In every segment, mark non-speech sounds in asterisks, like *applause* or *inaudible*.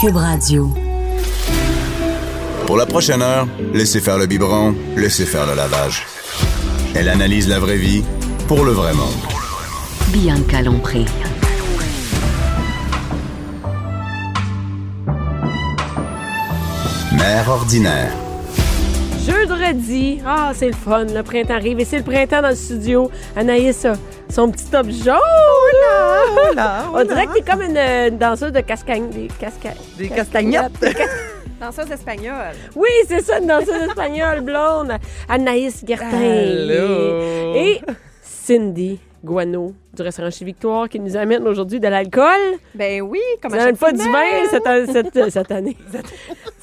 Cube Radio. Pour la prochaine heure, laissez faire le biberon, laissez faire le lavage. Elle analyse la vraie vie pour le vrai monde. Bianca Lompré. Mère ordinaire. Jeudi, ah, c'est le fun, le printemps arrive et c'est le printemps dans le studio. Anaïs a son petit top jaune. Ah, là, On dirait que t'es comme une euh, une danseuse de cascagne, des casca- Des castagnettes. Danseuse espagnole. Oui, c'est ça, une danseuse espagnole blonde. Anaïs Gertin. Allô. Et Cindy Guano du restaurant chez Victoire qui nous amène aujourd'hui de l'alcool. Ben oui, comme Tu à n'amènes chaque pas du semaine. vin cette, an- cette, euh, cette année.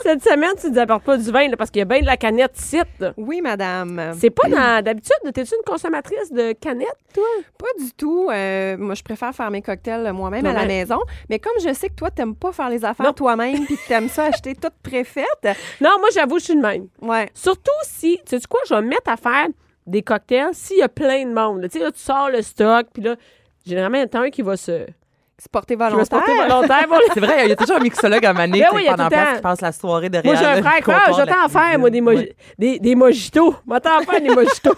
cette semaine, tu ne nous apportes pas du vin là, parce qu'il y a bien de la canette site. Oui, madame. C'est pas dans- d'habitude. T'es-tu une consommatrice de canettes, toi? Pas du tout. euh, moi, je préfère faire mes cocktails euh, moi-même à Toi-même. la maison. Mais comme je sais que toi, t'aimes pas faire les Non. affaires toi-même puis que t'aimes ça acheter toutes préfaites, Non, moi, j'avoue, je suis de même. ouais. Surtout si, tu sais quoi, je vais me mettre à faire des cocktails s'il y a plein de monde. là. Tu sais, là, tu sors le stock, puis là, généralement, il y en a un qui va se, qui C'est porté va se volontaire. porter volontaire. *laughs* pour le- C'est vrai, il y a toujours un mixologue à maner Ben qui oui, il y a pendant tout le place temps. qui passe la soirée derrière. Moi, j'ai un le frère, comptoir ah, de la j'attends à faire, cuisine. moi, des, moji- Ouais. des, des mojitos. Moi, t'en faire des mojitos.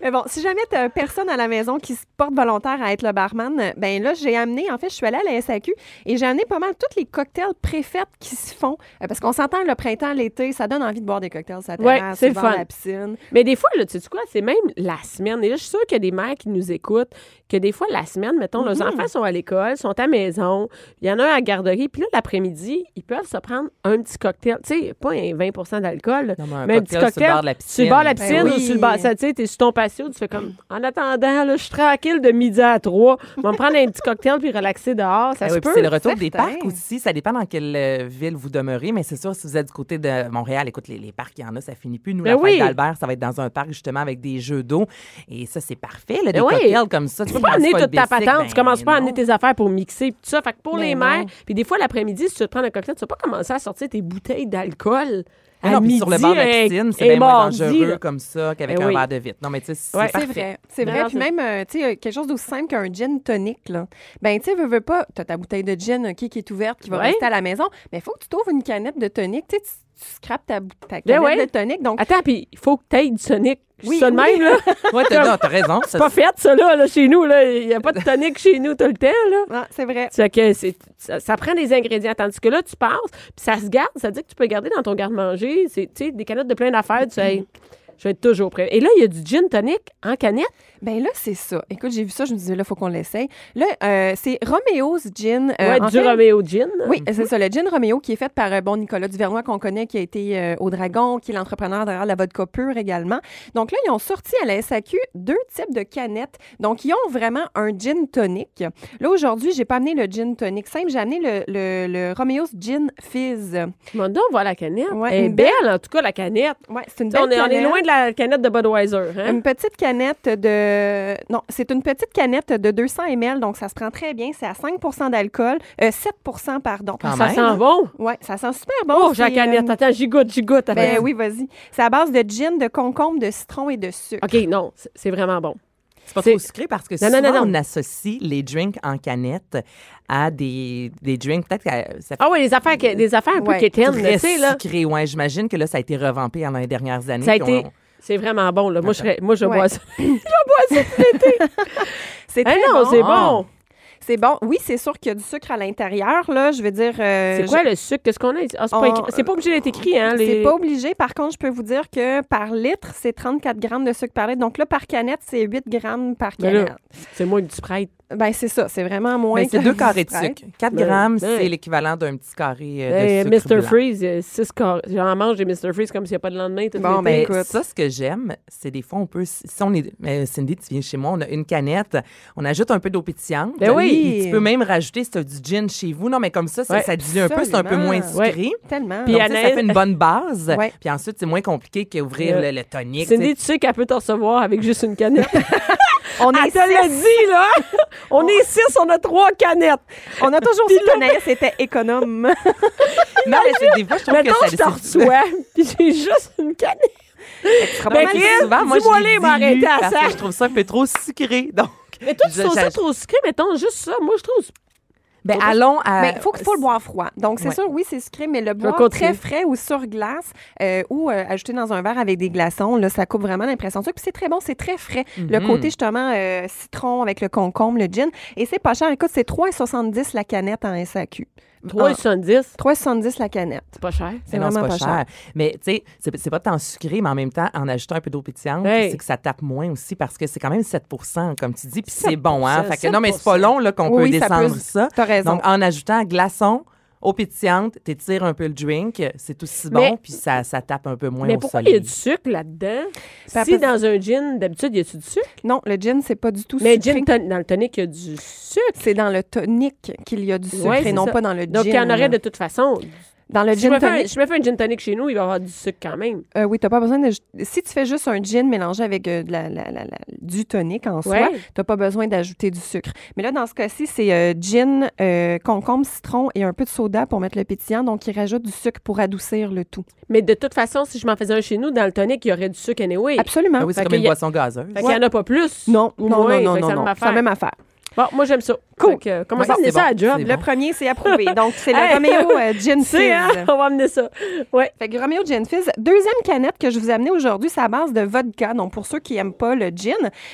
Mais bon, si jamais t'as personne à la maison qui se porte volontaire à être le barman, ben là, j'ai amené, en fait, je suis allée à la SAQ et j'ai amené pas mal tous les cocktails préfaites qui se font. Euh, Parce qu'on s'entend le printemps, l'été, ça donne envie de boire des cocktails ça Ouais, terrasse, c'est au le bord de fun. la piscine. Mais des fois, là, tu sais quoi, c'est même la semaine. Et là, je suis sûre qu'il y a des mères qui nous écoutent, que des fois, la semaine, mettons, Mm-hmm. leurs enfants sont à l'école, sont à maison, il y en a un à la garderie, puis là, l'après-midi, ils peuvent se prendre un petit cocktail. Tu sais, pas un 20 d'alcool, Non, mais un mais un petit cocktail sur cocktail. le bord de la Sur le bord de la piscine. piscine Ben ou oui. sur le bord. ça, Tu sais, t'es sur ton patio, tu fais comme, en attendant, là, je suis tranquille de midi à 3, je vais me prendre un petit cocktail puis relaxer dehors. Ça Ah se oui, puis peut. c'est le retour des certain. parcs aussi. Ça dépend dans quelle euh, ville vous demeurez, mais c'est sûr, si vous êtes du côté de Montréal, écoute, les, les parcs, il y en a, ça finit plus. Nous, Ben la oui. fête d'Albert, ça va être dans un parc justement avec des jeux d'eau. Et ça, c'est parfait, là, des Ben oui. cocktails comme ça. Tu peux pas lances amener le toute ta bicycle, patente, ben tu commences pas à non. amener tes affaires pour mixer pis tout ça. Fait que pour Ben les non. mères, puis des fois l'après-midi, si tu veux te prendre un cocktail, tu vas pas commencer à sortir tes bouteilles d'alcool à Ah non, puis midi. sur le bord de la un- piscine, un c'est bien moins mardi, là. dangereux comme ça qu'avec Ben un oui. verre de vitre. Non, mais tu sais, c'est Ouais. C'est parfait. vrai, c'est Non, vrai. non, Puis c'est- même, euh, tu sais, euh, quelque chose d'aussi simple qu'un gin tonic, là. Ben, tu sais, veux, veux pas, t'as ta bouteille de gin, OK, qui est ouverte, qui va Ouais. rester à la maison, mais faut que tu t'ouvres une canette de tonic, tu sais, tu- tu scrapes ta, bou- ta canette Ben ouais. de tonic, donc... Attends, puis il faut que t'aies du tonic. Je dis Oui, ça de oui. même, *laughs* là. Ouais, t'as non, t'as raison. C'est *laughs* ça- pas fait, ça, là, là, chez nous. là. Il n'y a pas de tonic chez nous tout le temps, là. Ah, c'est vrai. Fait que c'est- ça, ça prend des ingrédients. Tandis que là, tu passes, puis ça se garde. Ça veut dire que tu peux garder dans ton garde-manger. C'est, tu sais, des canettes de plein d'affaires. Tu sais, hey, je vais être toujours prêt. Et là, il y a du gin tonic en canette. Ben là, c'est ça. Écoute, j'ai vu ça, je me disais, là, faut qu'on l'essaye. Là, euh, c'est Romeo's Gin. euh, ouais, en du fait- Romeo Gin. Oui, c'est ça. Le gin Romeo qui est fait par euh, bon Nicolas Duvernois qu'on connaît, qui a été euh, au Dragon, qui est l'entrepreneur derrière la vodka pure également. Donc là, ils ont sorti à la SAQ deux types de canettes. Donc, ils ont vraiment un gin tonic. Là, aujourd'hui, j'ai pas amené le gin tonic simple, j'ai amené le, le, le Romeo's Gin Fizz. Mon Dieu, on voit la canette. Ouais, Elle est une belle, en tout cas, la canette. Ouais, c'est une Tu sais, On est, belle on est canette. loin de la canette de Budweiser. Hein? Une petite canette de. Non, c'est une petite canette de 200 ml, donc ça se prend très bien. C'est à 5 d'alcool. Euh, 7 pardon. Quand Ah, ça même. sent bon. Ouais, ça sent super bon. Oh, C'est, j'ai la canette. euh, Attends, j'y goûte, j'y goûte. Ben Attends. oui, vas-y. C'est à base de gin, de concombre, de citron et de sucre. OK, non, c'est- c'est vraiment bon. C'est pas C'est- trop sucré parce que Non, non, souvent, non, non. on associe les drinks en canette à des, des drinks, peut-être que euh, ça fait Ah oui, les affaires, que- des affaires un peu Ouais, quétaines, là, très tu sais, là. sucré. Ouais, j'imagine que là, ça a été revampé dans les dernières années. Ça a puis on- été... C'est vraiment bon, là. Moi, je, serais- moi, je Ouais. bois ça. C'est Ah très non, bon. c'est bon. C'est bon. Oui, c'est sûr qu'il y a du sucre à l'intérieur, là. Je veux dire. euh, C'est je- quoi le sucre? Qu'est-ce qu'on a? Ah, c'est, pas On- écrit- c'est pas obligé d'être *laughs* écrit, hein? les- C'est pas obligé. Par contre, je peux vous dire que par litre, c'est 34 grammes de sucre par litre. Donc là, par canette, c'est 8 grammes par Mais Ben là, Ben, canette. C'est moi du Sprite. Ben, c'est ça. C'est vraiment moins Mais c'est que deux carrés de Sprite. sucre. 4 Ben, grammes, ben. c'est l'équivalent d'un petit carré euh, de Hey, sucre Mr. blanc. Freeze, euh, six carrés. J'en mange des Mr. Freeze comme s'il n'y a pas de lendemain. tout Bon, l'été. ben, Mais écoute. ça, ce que j'aime, c'est des fois, on peut. Si on est. mais Cindy, tu viens chez moi, on a une canette, on ajoute un peu d'eau pétillante. Ben oui. Et Tu peux même rajouter si tu as du gin chez vous. Non, mais comme ça, ça, Ouais. ça dilue un peu, c'est un peu Absolument. moins sucré. Tellement. Puis Donc, à- ça, ça fait une bonne base. Ouais. Puis ensuite, c'est moins compliqué qu'ouvrir Ouais. le, le tonic. tu sais. Cindy, tu sais qu'elle peut te recevoir avec juste une canette. on, Elle est te l'a six. dit, *laughs* là! On est six, on a trois canettes. on a toujours dit qu'Anaïs était économe. Non, mais c'est des fois, je trouve Maintenant, que ça je t'en *laughs* reçois, puis j'ai juste une canette. Mais Ben, Chris, Chris, souvent, moi, dis-moi je les, les mais arrêtez dilue à parce ça. que je trouve ça un peu trop sucré. *laughs* Donc, Mais toi, tu je- trouves ça j'ach- trop sucré, mettons, juste ça. Moi, je trouve... Ben, allons à... Mais il faut, qu'il faut le boire froid. Donc, c'est Ouais. sûr, oui, c'est sucré, mais le Euh, vais boire continuer. très frais ou sur glace euh, ou euh, ajouté dans un verre avec des glaçons, là, ça coupe vraiment l'impression de sucre. Puis c'est très bon, c'est très frais. Le Mhm. côté, justement, euh, citron avec le concombre, le gin. Et c'est pas cher. Écoute, c'est 3,70 la canette en SAQ. Ah, 3,70, 3,70 la canette. c'est pas cher. C'est Mais non, vraiment pas, cher. Mais tu sais, c'est c'est pas tant sucré, mais en même temps, en ajoutant un peu d'eau pétillante, Hey. c'est que ça tape moins aussi parce que c'est quand même 7 comme tu dis, puis c'est bon, hein? 7%, Fait que non, mais c'est pas long là, qu'on peut Oui, ça peut- descendre ça. T'as raison. Donc, en ajoutant glaçon, eau pétillante, t'étires un peu le drink, c'est aussi bon, Mais- puis ça, ça tape un peu moins Mais au pourquoi il soleil. y a du sucre là-dedans? Ben, Si parce- dans un gin, d'habitude, il y a du sucre? non, le gin, c'est pas du tout Mais sucré. gin, ton- dans le tonic, il y a du sucre. c'est dans le tonic qu'il y a du sucre Ouais, et c'est non ça. pas dans le Donc, il gin. y en aurait de toute façon. Dans le Si je, gin me fais un, tonic. si je me fais un gin tonic chez nous, il va y avoir du sucre quand même. Euh, oui, t'as pas besoin de. Si tu fais juste un gin mélangé avec euh, de la- la- la- la- du tonic en soi, Ouais. t'as pas besoin d'ajouter du sucre. Mais là, dans ce cas-ci, c'est euh, gin, euh, concombre, citron et un peu de soda pour mettre le pétillant. Donc, ils rajoutent du sucre pour adoucir le tout. Mais de toute façon, si je m'en faisais un chez nous, dans le tonic, il y aurait du sucre anyway. Absolument. Ah oui, c'est Fait comme une qu'il y a- boisson gazeuse. Fait qu'il n'y en a pas plus. Non, ou non, moins, non, fait que non, ça non, me non. fait C'est la même affaire. Bon, moi, j'aime ça. Cool. Fait que, euh, comment ça, Ouais, amener c'est ça bon, à la job? c'est là? Ah, Le premier, c'est *laughs* approuvé. Donc, c'est la Hey! Romeo euh, Gin Tu sais, Fizz. hein, *laughs* on va amener ça. Ouais. Fait que Romeo Gin Fizz, deuxième canette que je vous ai amenée aujourd'hui, c'est à base de vodka. Donc, pour ceux qui aiment pas le gin,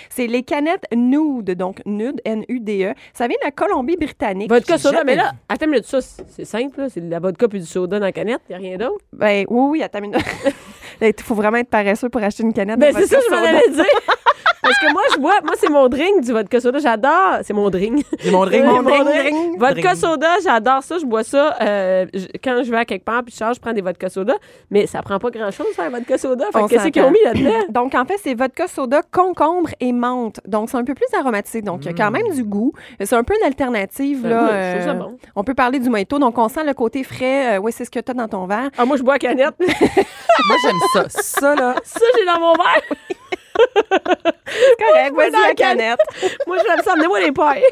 c'est les canettes nude, donc nude, N-U-D-E. E. Ça vient de la Colombie-Britannique. Vodka soda, mais jamais là, attends une minute, ça, c'est c'est simple, là. c'est de la vodka puis du soda dans la canette, il n'y a rien d'autre. Ben oui, oui, attends une minute. *laughs* Là, Il faut vraiment être paresseux pour acheter une canette Ben, de c'est ça vodka que je m'en soda. allais dire. *laughs* Parce que moi, je bois, moi, c'est mon drink du vodka soda, j'adore. C'est mon drink. C'est mon drink, Oui, mon drink. drink. Vodka Drink. soda, j'adore ça, je bois ça euh, je- quand je vais à quelque part puis je charge, je prends des vodka soda, mais ça prend pas grand-chose faire un vodka soda. Fait On que qu'est-ce qu'ils ont s'entend. mis là-dedans? *coughs* Donc, en fait, c'est vodka soda, concombre et menthe. Donc, c'est un peu plus aromatisé. Donc, il y a quand même du goût. C'est un peu une alternative. Mm. Ben Là, euh, oui, je trouve ça bon. On peut parler du mojito. Donc, on sent le côté frais. oui, c'est ce que tu as dans *laughs* ton verre. Ah, moi, je bois à *laughs* canette. Moi, j'aime ça. Ça, là, ça, j'ai dans mon verre. *laughs* Correct, vas-y dans la la canette. Moi, je vais me emmener moi les pailles.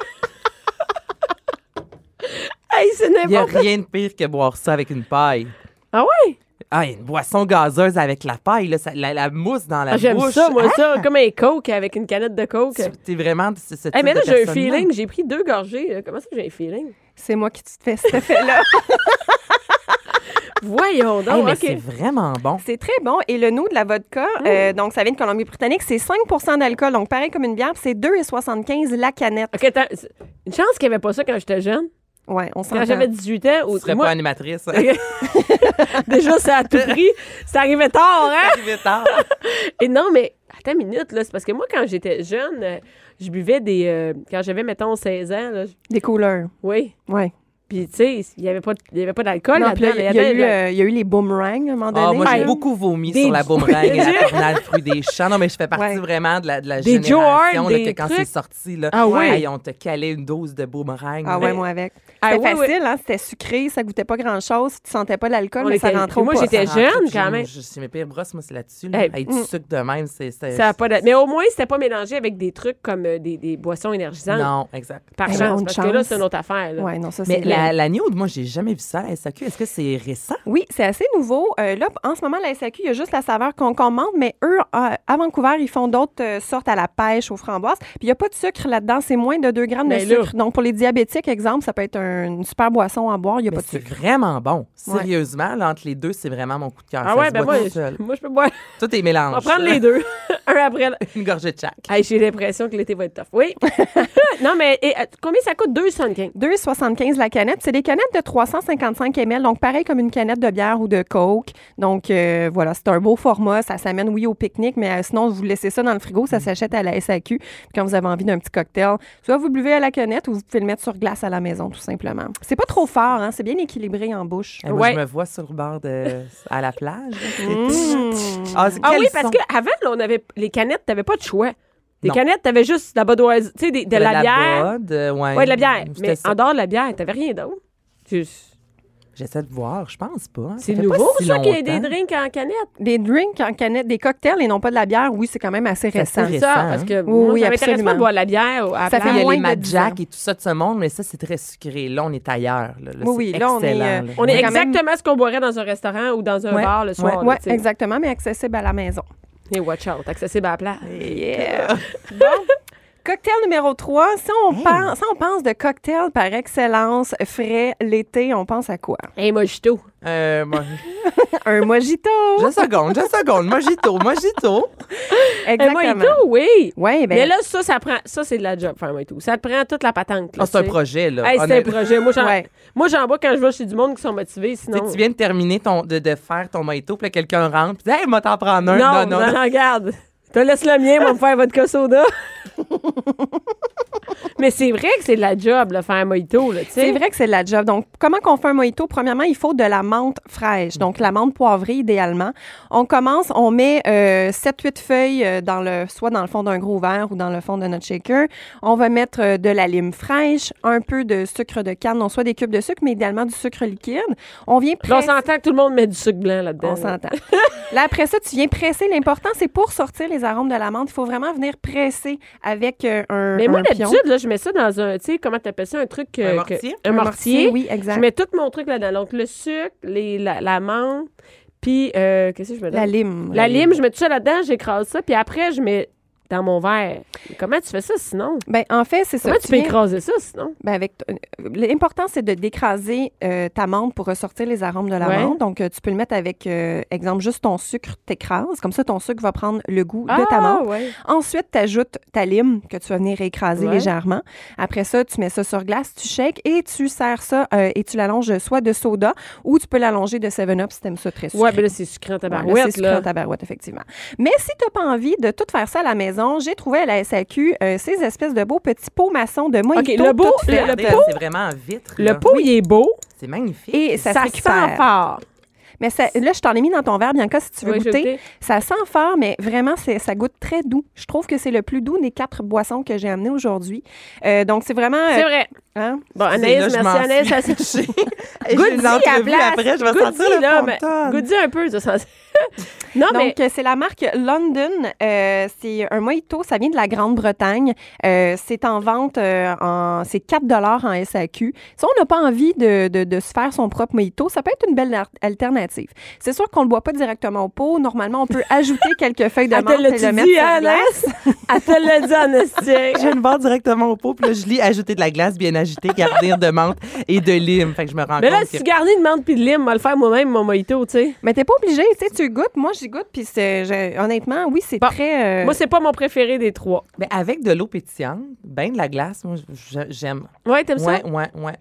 hey, c'est il n'y a n'importe quoi. rien de pire que boire ça avec une paille. Ah ouais? Ah, une boisson gazeuse avec la paille, là, ça- la, la mousse dans la Ah, J'aime bouche. ça, moi, Ah, ça. Comme un Coke avec une canette de Coke. tu- T'es vraiment de ce, ce Hey, type mais là, de j'ai un personne-là. feeling. J'ai pris deux gorgées. là. Comment ça, j'ai un feeling? C'est moi qui te fais cet *laughs* effet-là. Voyons Hey, donc. mais OK. c'est vraiment bon. c'est très bon. Et le nous de la vodka, Mm. euh, donc ça vient de Colombie-Britannique, c'est 5 d'alcool. Donc, pareil comme une bière, puis c'est 2,75 la canette. OK, attends, c'est- une chance qu'il n'y avait pas ça quand j'étais jeune. Ouais, on s'entend. Quand j'avais 18 ans, Tu ou serais moi, pas animatrice. hein. *laughs* *laughs* déjà, ça a tout pris. Ça arrivait tard, *laughs* hein? Arrivé tard. Et non, mais attends une minute, là. C'est parce que moi, quand j'étais jeune, euh, je buvais des. euh, quand j'avais, mettons, 16 ans, là, je- Des couleurs. oui. Ouais. Puis, tu sais, il n'y avait pas, il y avait pas d'alcool. Non, puis là, là-dedans, il y, a là-dedans, eu, là. euh, il y a eu les boomerangs à un moment Ah, donné. moi, j'ai là. beaucoup vomi Des sur la Joe- boomerang et Des Joe- la tornade fruit des champs. Non, mais je fais partie Ouais. vraiment de la, de la Des Joe génération Hart, là, des que quand trucs. c'est sorti, là, Ah ouais. hey, on te calait une dose de boomerang. Ah là. ouais, moi avec. C'était Ah, oui, oui. facile, hein? C'était sucré, ça goûtait pas grand-chose, tu sentais pas l'alcool, On mais ça était- rentrait au moi, poste. j'étais- Ça rentrait jeune, tout quand jeune. même. Je- C'est mes pires brosses, moi, c'est là-dessus. Là. Hey, Hey, du sucre de même, c'est. c'est- Ça a pas d'al- Mais au moins, c'était pas mélangé avec des trucs comme euh, des, des boissons énergisantes. Non, exact. Par Eh ben, chance. on Parce chance. que là, c'est une autre affaire. là. Ouais, non, ça Mais c'est la, la nude, moi, j'ai jamais vu ça à la SAQ. Est-ce que c'est récent? Oui, c'est assez nouveau. Euh, là, en ce moment, la SAQ, il y a juste la saveur qu'on commande, mais eux, euh, à Vancouver, ils font d'autres euh, sortes à la pêche, aux framboises. Puis il n'y a pas de sucre là-dedans, c'est moins de 2 grammes de Mais là- sucre. Donc pour les diabétiques, exemple, ça peut être un- une super boisson à boire, il n'y a Mais pas de c'est sucre. vraiment bon. Ouais. Sérieusement, là, entre les deux, c'est vraiment mon coup de cœur. Ah Ça ouais, se ben boit moi, tout seul. je- moi, je peux boire. Tout est On mélange. va prendre les deux. *laughs* un après *laughs* l'autre. Une gorgée de chaque. Hey, J'ai l'impression que l'été va être tough. Oui. *laughs* non, mais et, euh, combien ça coûte? 2,75. 2,75 la canette. C'est des canettes de 355 ml, donc pareil comme une canette de bière ou de coke. Donc euh, voilà, c'est un beau format. Ça s'amène, oui, au pique-nique, mais euh, sinon, vous laissez ça dans le frigo. Mm. Ça s'achète à la SAQ. Puis quand vous avez envie d'un petit cocktail, soit vous buvez à la canette ou vous pouvez le mettre sur glace à la maison, tout simplement. C'est pas trop fort, hein? c'est bien équilibré en bouche. Eh, moi, Ah, Ouais. je me vois sur le bord de... à la plage. Mmh. Ah, c'est- Ah quel oui, parce son. qu'avant, on avait les canettes, t'avais pas de choix. Les Non. canettes, t'avais juste de la Budweiser, tu sais, des- de, la, bière. Bud, euh, ouais. Oui, de la bière. C'était Mais ça. en dehors de la bière, t'avais rien d'autre. Juste- J'essaie de voir, je pense pas. hein. Ça C'est fait pas nouveau, si ça, qu'il y ait des longtemps. drinks en canette. Des drinks en canette, des cocktails et non pas de la bière, oui, c'est quand même assez assez récent. récent. Ça, hein? parce que Oui, moi, oui, ça m'intéresse pas absolument. de boire de la bière à la Ça fait Il y plage. a moins les de Mad 10 Jack ans. et tout ça de ce monde, mais ça, c'est très sucré. Là, on est ailleurs. Là, Là, Oui, oui, c'est là, on est, excellent, euh, là. On est quand même- exactement ce qu'on boirait dans un restaurant ou dans un Ouais, bar le soir. Oui, là, tu sais. exactement, mais accessible à la maison. Et watch out, accessible à la plage. Yeah. Euh, *laughs* bon. Cocktail numéro 3, si on, pense, si on pense de cocktail par excellence, frais, l'été, on pense à quoi? Un mojito. Euh, *laughs* moi, Un *laughs* mojito! je seconde, je seconde. Mojito, mojito. Oh, Un Exactement. mojito, oui. Oui, Mais ben, là, ça, ça prend. Ça, c'est de la job, faire un mojito. Ça te prend toute la patente. là, Ah, c'est un tu sais. projet, là. Hey, c'est un Honnêtement. projet. Moi, j'en Ouais. moi, j'en bois quand je vais chez du monde qui sont motivés. Tu sais, Sinon. tu viens de terminer ton, de, de faire ton mojito, puis là, quelqu'un rentre, puis dit, hey, moi, t'en prendre un. non, non, non, regarde. Te laisse le mien, moi, me faire votre *laughs* soda. Mais c'est vrai que c'est de la job, là, faire un mojito, là, tu sais. c'est vrai que c'est de la job. Donc, comment qu'on fait un mojito? Premièrement, il faut de la menthe fraîche, donc la menthe poivrée idéalement. On commence, on met 7-8 feuilles euh, dans le, soit dans le fond d'un gros verre ou dans le fond de notre shaker. On va mettre euh, de la lime fraîche, un peu de sucre de canne, donc soit des cubes de sucre, mais idéalement du sucre liquide. On vient Là, on presser... s'entend que tout le monde met du sucre blanc là-dedans. On s'entend. *laughs* Là, après ça, tu viens presser. L'important, c'est pour sortir les arômes de la menthe. Il faut vraiment venir presser avec euh, un. Mais moi, un pion. d'habitude, là, je mets ça dans un, tu sais, comment t'appelles ça, un truc... euh, Un que- mortier? un, mortier. Oui, exact. Je mets tout mon truc là-dedans. Donc, le sucre, les, la, la menthe, puis... euh, Qu'est-ce que je mets là? La lime. La lime, je mets tout ça là-dedans, j'écrase ça, puis après, je mets dans mon verre. Comment tu fais ça, sinon? Ben, en fait, c'est ça. Comment tu peux viens- écraser ça, sinon? ben, avec t- L'important, c'est de d'écraser euh, ta menthe pour ressortir les arômes de la Ouais. menthe. Donc, euh, tu peux le mettre avec, euh, exemple, juste ton sucre, t'écrases. Comme ça, ton sucre va prendre le goût Ah, de ta menthe. ouais. Ensuite, tu ajoutes ta lime que tu vas venir écraser Ouais. légèrement. Après ça, tu mets ça sur glace, tu shakes et tu sers ça euh, et tu l'allonges soit de soda ou tu peux l'allonger de 7-Up si t'aimes ça très sucré. Ouais, ben là, c'est sucré en Ouais, là, tabarouette, c'est sucré en tabarouette, effectivement. Mais si tu pas envie de tout faire ça à la maison, j'ai trouvé à la SAQ euh, ces espèces de beaux petits pots maçons de mojito le beau- toutes faites. le- Regardez, là, pot- C'est vraiment en vitre. Le là. pot, il est beau. C'est magnifique. Et ça, Ça, s'écupère. sent fort. Mais ça- là, je t'en ai mis dans ton verre, Bianca, si tu veux Oui, je vais goûter. goûter. Ça sent fort, mais vraiment, c'est- ça goûte très doux. Je trouve que c'est le plus doux des quatre boissons que j'ai amenées aujourd'hui. Euh, donc, c'est vraiment... euh, C'est vrai. hein? Bon, Excusez, Anaïs, là, je merci, m'en Anaïs. suis ça s'est- touchée. *laughs* Et *laughs* j'ai Goody une à entrevue place. après, je vais Goody, sentir le là, fantôme. mais- Goody un peu, ça sent... *laughs* non, Ah, mais... Donc, euh, c'est la marque London. Euh, c'est un mojito. Ça vient de la Grande-Bretagne. Euh, c'est en vente. euh, en, c'est 4 en SAQ. Si on n'a pas envie de, de- de se faire son propre mojito, ça peut être une belle ar- alternative. C'est sûr qu'on ne le boit pas directement au pot. Normalement, *laughs* on peut ajouter quelques feuilles de Elle te menthe et l'a-tu le mettre dit, sur hein, glace. Anaïs? *laughs* Elle te l'a dit, Anaïs. Je viens de voir directement au pot, puis là, je lis ajouter de la glace bien agitée, garnir de menthe et de lime. Fait que je me rends Mais là, compte si que... tu garnis de menthe puis de lime, moi le faire moi-même, mon mojito, tu sais. Mais t'es pas obligé, tu sais, tu goûtes. Moi, j'y goûte, puis c'est, je- honnêtement, oui, c'est Bon. très... euh, Moi, c'est pas mon préféré des trois. Mais avec de l'eau pétillante, ben de la glace, moi, je- j'aime. Ouais, t'aimes ça? Ouais, ouais, ouais.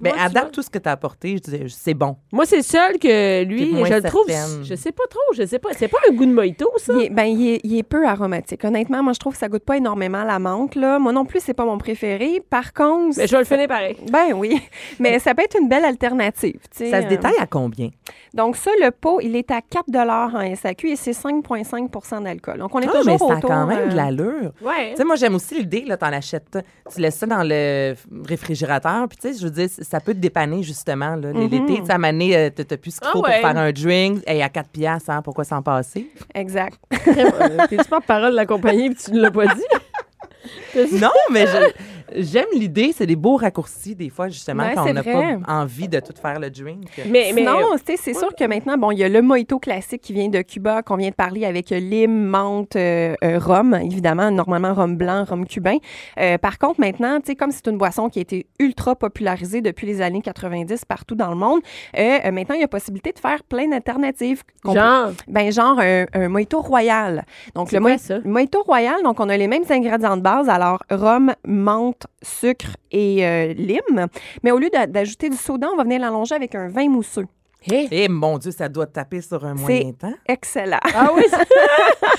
Ben, Moi, tu vois. adapte tout ce que t'as apporté. Je disais, c'est bon. Moi, c'est le seul que lui, T'es je moins le trouve. certaine. Je sais pas trop, je sais pas. C'est pas un goût de mojito, ça? Il est, ben, il est, il est peu aromatique. Honnêtement, moi, je trouve que ça goûte pas énormément la menthe. Là. Moi non plus, c'est pas mon préféré. Par contre, Mais je vais le finir pareil. ben oui, *laughs* mais ça peut être une belle alternative. tu sais, Ça se euh. détaille à combien? Donc ça, le pot, il est à 4 en SAQ et c'est 5,5 d'alcool. Donc on est Ah, mais toujours ça a autour, quand même de euh, l'allure. Ouais. Tu sais, moi, j'aime aussi l'idée, là, t'en achètes, tu laisses ça dans le réfrigérateur, puis tu sais, je veux dire, ça peut te dépanner, justement, là, l- l'été. Tu sais, à maner, euh, t'as t'as plus ce qu'il Ah faut ouais. pour faire un drink, et à 4 piastres, hein, pourquoi s'en passer? *laughs* Exact. euh, T'es-tu pas parole de la compagnie puis tu ne l'as pas dit? non, mais je- J'aime l'idée, c'est des beaux raccourcis des fois justement Ouais, quand c'est on n'a vrai. pas envie de tout faire le drink. Mais, euh, mais Sinon, tu sais, c'est sûr que maintenant, bon, il y a le mojito classique qui vient de Cuba, qu'on vient de parler avec euh, lime, menthe, euh, euh, rhum, évidemment, normalement rhum blanc, rhum cubain. Euh, par contre, maintenant, tu sais, comme c'est une boisson qui a été ultra popularisée depuis les années 90 partout dans le monde, euh, euh, maintenant, il y a possibilité de faire plein d'alternatives. qu'on peut- genre, Ben, genre un, un mojito royal. Donc, C'est le quoi, moi- ça? mojito royal, donc on a les mêmes ingrédients de base, alors rhum, menthe, sucre et euh, lime. Mais au lieu d'a- d'ajouter du soda, on va venir l'allonger avec un vin mousseux. Et mon Dieu, ça doit taper sur un moyen *laughs* temps. Excellent. ah oui, c'est-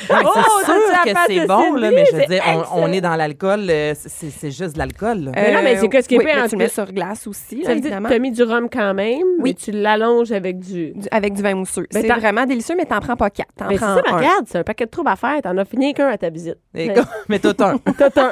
Ouais, Oh, t'as c'est dit la sûr que pâte de c'est bon, là, Cindy, mais je c'est veux dire, on, on excellent. est dans l'alcool, euh, c'est- c'est c'est juste de l'alcool. Euh, là. Mais non, mais c'est que ce qui est oui, pire mais en tu le mets plus- sur glace aussi, là, ça veut dire que évidemment, t'as mis du rhum quand même, Oui. mais tu l'allonges avec du... du- avec du vin mousseux. Mais c'est t'en- vraiment délicieux, mais t'en prends pas quatre, t'en Mais Ben, c'est prends ça, mais un. regarde, c'est un paquet de troubles à faire. T'en as fini qu'un à ta visite. Et- *laughs* mais tout un. Tout *laughs* un.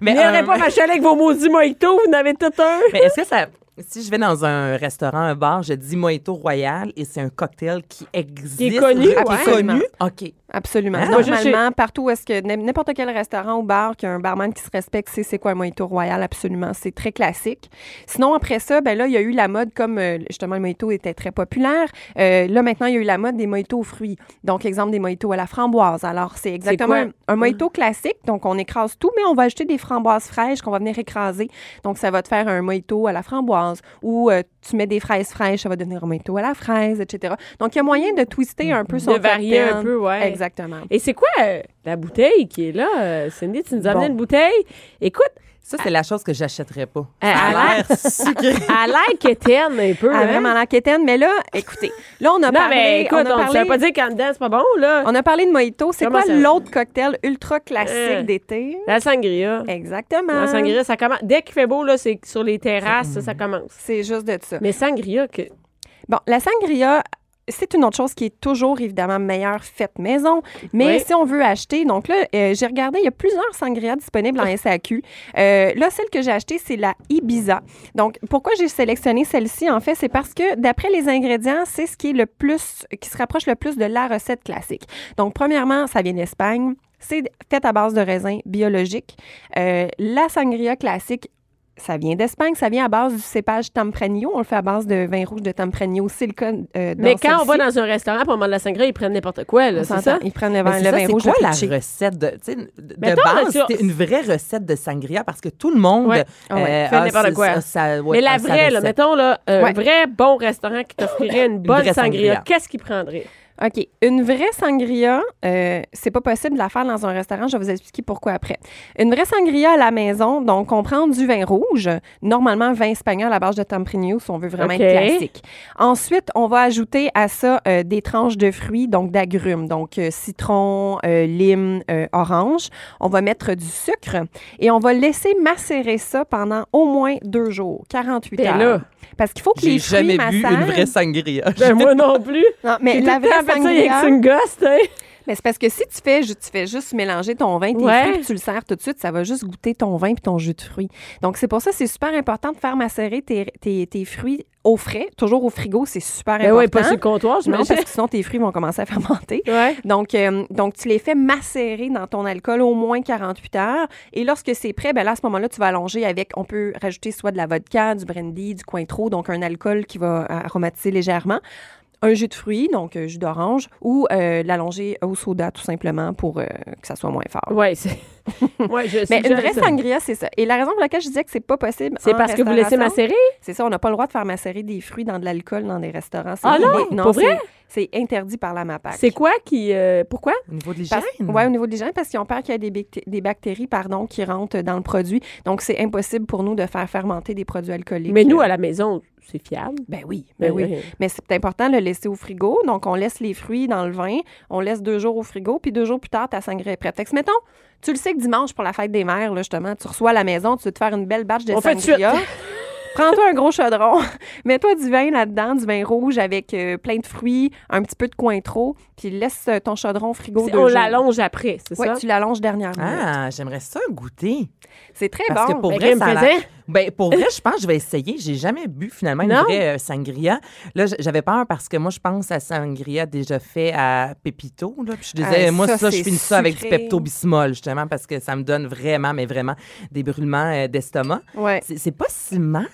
Mais, N'irez un- pas m'achaler avec vos maudits mojitos, vous n'avez tout un. *laughs* mais est-ce que ça. Si je vais dans un restaurant, un bar, je dis Mojito Royal et c'est un cocktail qui existe. Qui est connu, ouais. Absolument. OK. Absolument. Hein? Moi, Ah, je- Normalement, partout où est-ce que n'im- n'importe quel restaurant ou bar qui a un barman qui se respecte, c'est c'est quoi un mojito royal, absolument. C'est très classique. Sinon, après ça, ben là, il y a eu la mode, comme euh, justement le mojito était très populaire, euh, là, maintenant, il y a eu la mode des mojitos aux fruits. Donc, exemple des mojitos à la framboise. Alors, c'est exactement quoi? un, un mojito classique. Donc, on écrase tout, mais on va ajouter des framboises fraîches qu'on va venir écraser. Donc, ça va te faire un mojito à la framboise ou euh, tu mets des fraises fraîches, ça va devenir un mojito à la fraise, etc. Donc, il y a moyen de twister un peu son De varier un cocktail. peu, ouais. Exactement. Et c'est quoi euh, la bouteille qui est là? euh, Cindy, tu nous as amené Bon. une bouteille. Écoute, Ça, c'est la chose que j'achèterais pas. elle a a l'air sucré. l'air qu'éterne un peu. Ah, hein? vraiment la quétaine, mais là, écoutez, là, on a Non, parlé. mais écoute, on a on ne parlé, pas dire qu'en dedans, c'est pas bon, là. on a parlé de mojito. C'est Comment quoi ça- l'autre cocktail ultra classique Euh. d'été? La sangria. Eh, Exactement. La sangria, ça commence. Dès qu'il fait beau, là, c'est sur les terrasses, Mm. ça, ça commence. C'est juste de ça. Mais sangria, que... Bon, la sangria, c'est une autre chose qui est toujours évidemment meilleure faite maison. Mais Oui. si on veut acheter, donc là, euh, j'ai regardé, il y a plusieurs sangrias disponibles en SAQ. Euh, là, celle que j'ai achetée, c'est la Ibiza. Donc, pourquoi j'ai sélectionné celle-ci, en fait, c'est parce que d'après les ingrédients, c'est ce qui est le plus, qui se rapproche le plus de la recette classique. Donc, premièrement, ça vient d'Espagne. C'est fait à base de raisins biologiques. Euh, la sangria classique, ça vient d'Espagne, ça vient à base du cépage Tempranillo. On le fait à base de vin rouge de Tempranillo. C'est le cas euh, dans Mais quand on celle-ci. va dans un restaurant pour manger de la sangria, ils prennent n'importe quoi, là, On c'est s'entend, ça? Ils prennent le Mais vin, c'est Ben, le ça, vin c'est rouge quoi le la pitcher. recette de, tu sais, de Mettons, là, base, sur- c'était une vraie recette de sangria parce que tout le monde Ouais. Ah ouais, euh, fait a n'importe sa- quoi. sa- sa- ouais, Mais la a sa vraie, là, recette. mettons, là, un Ouais. vrai bon restaurant qui t'offrirait une bonne vraie sangria, sangria. qu'est-ce qu'il prendrait? OK. Une vraie sangria, euh, c'est pas possible de la faire dans un restaurant. Je vais vous expliquer pourquoi après. Une vraie sangria à la maison, donc on prend du vin rouge, normalement vin espagnol à la base de Tempranillo si on veut vraiment OK. être classique. Ensuite, on va ajouter à ça euh, des tranches de fruits, donc d'agrumes, donc euh, citron, euh, lime, euh, orange. On va mettre du sucre et on va laisser macérer ça pendant au moins deux jours, 48 Ben heures. là. Parce qu'il faut que les J'ai fruits jamais bu une macèrent. vraie sangria. *laughs* Ben, moi non plus. Non, mais J'ai la tout le vraie temps fait ça avec sangria. une gosse, hein? Mais c'est parce que si tu fais, ju- tu fais juste mélanger ton vin, tes Ouais. fruits, puis tu le sers tout de suite, ça va juste goûter ton vin puis ton jus de fruits. Donc, c'est pour ça que c'est super important de faire macérer tes, tes, tes fruits au frais, toujours au frigo, c'est super Ben important. ouais, pas sur le comptoir, je non, m'en parce que sinon, tes fruits vont commencer à *laughs* fermenter. Ouais. Donc, euh, donc, tu les fais macérer dans ton alcool au moins 48 heures. Et lorsque c'est prêt, ben là, à ce moment-là, tu vas allonger avec, on peut rajouter soit de la vodka, du brandy, du cointreau, donc un alcool qui va aromatiser légèrement. Un jus de fruits, donc euh, jus d'orange, ou euh, l'allonger au soda, tout simplement, pour euh, que ça soit moins fort. *laughs* Ouais, c'est. *laughs* Ouais, je Mais une suggère vraie ça. sangria, c'est ça. Et la raison pour laquelle je disais que c'est pas possible. C'est en parce que vous laissez restauration, macérer? c'est ça, on n'a pas le droit de faire macérer des fruits dans de l'alcool dans des restaurants. C'est Ah non, prohibé. pour vrai? c'est c'est interdit par la MAPAC. C'est quoi qui. euh, pourquoi? Au niveau de l'hygiène. Parce- ouais, au niveau des gens, parce qu'ils ont peur qu'il y ait des, bacté- des bactéries pardon, qui rentrent dans le produit. Donc, c'est impossible pour nous de faire fermenter des produits alcooliques. Mais nous, Euh, à la maison, c'est fiable. euh, Ben oui, ben oui. oui. Mais c'est important de le laisser au frigo. Donc, on laisse les fruits dans le vin, on laisse deux jours au frigo, puis deux jours plus tard, ta sangria est prête. Fait que, mettons, tu le sais que dimanche, pour la fête des mères, là, justement, tu reçois à la maison, tu veux te faire une belle batch de On fait de sangria. *laughs* Prends-toi un gros chaudron, *laughs* mets-toi du vin là-dedans, du vin rouge avec euh, plein de fruits, un petit peu de cointreau, puis laisse euh, ton chaudron au frigo deux On jours. l'allonge après, c'est Oui, ça? tu l'allonges dernièrement. Ah, j'aimerais ça goûter. C'est très Parce bon. que pour Ben, vrai, crème ça a faisait. l'air- Ben, pour vrai, je pense que je vais essayer. J'ai jamais bu finalement une Non. vraie euh, sangria. Là, j- j'avais peur parce que moi, je pense à sangria déjà fait à Pépito. Là. Puis je disais, Ah, moi, ça, ça, je c'est finis ça avec du sucré. Pepto-Bismol, justement, parce que ça me donne vraiment, mais vraiment, des brûlements euh, d'estomac. Ouais. C'est c'est pas si mal.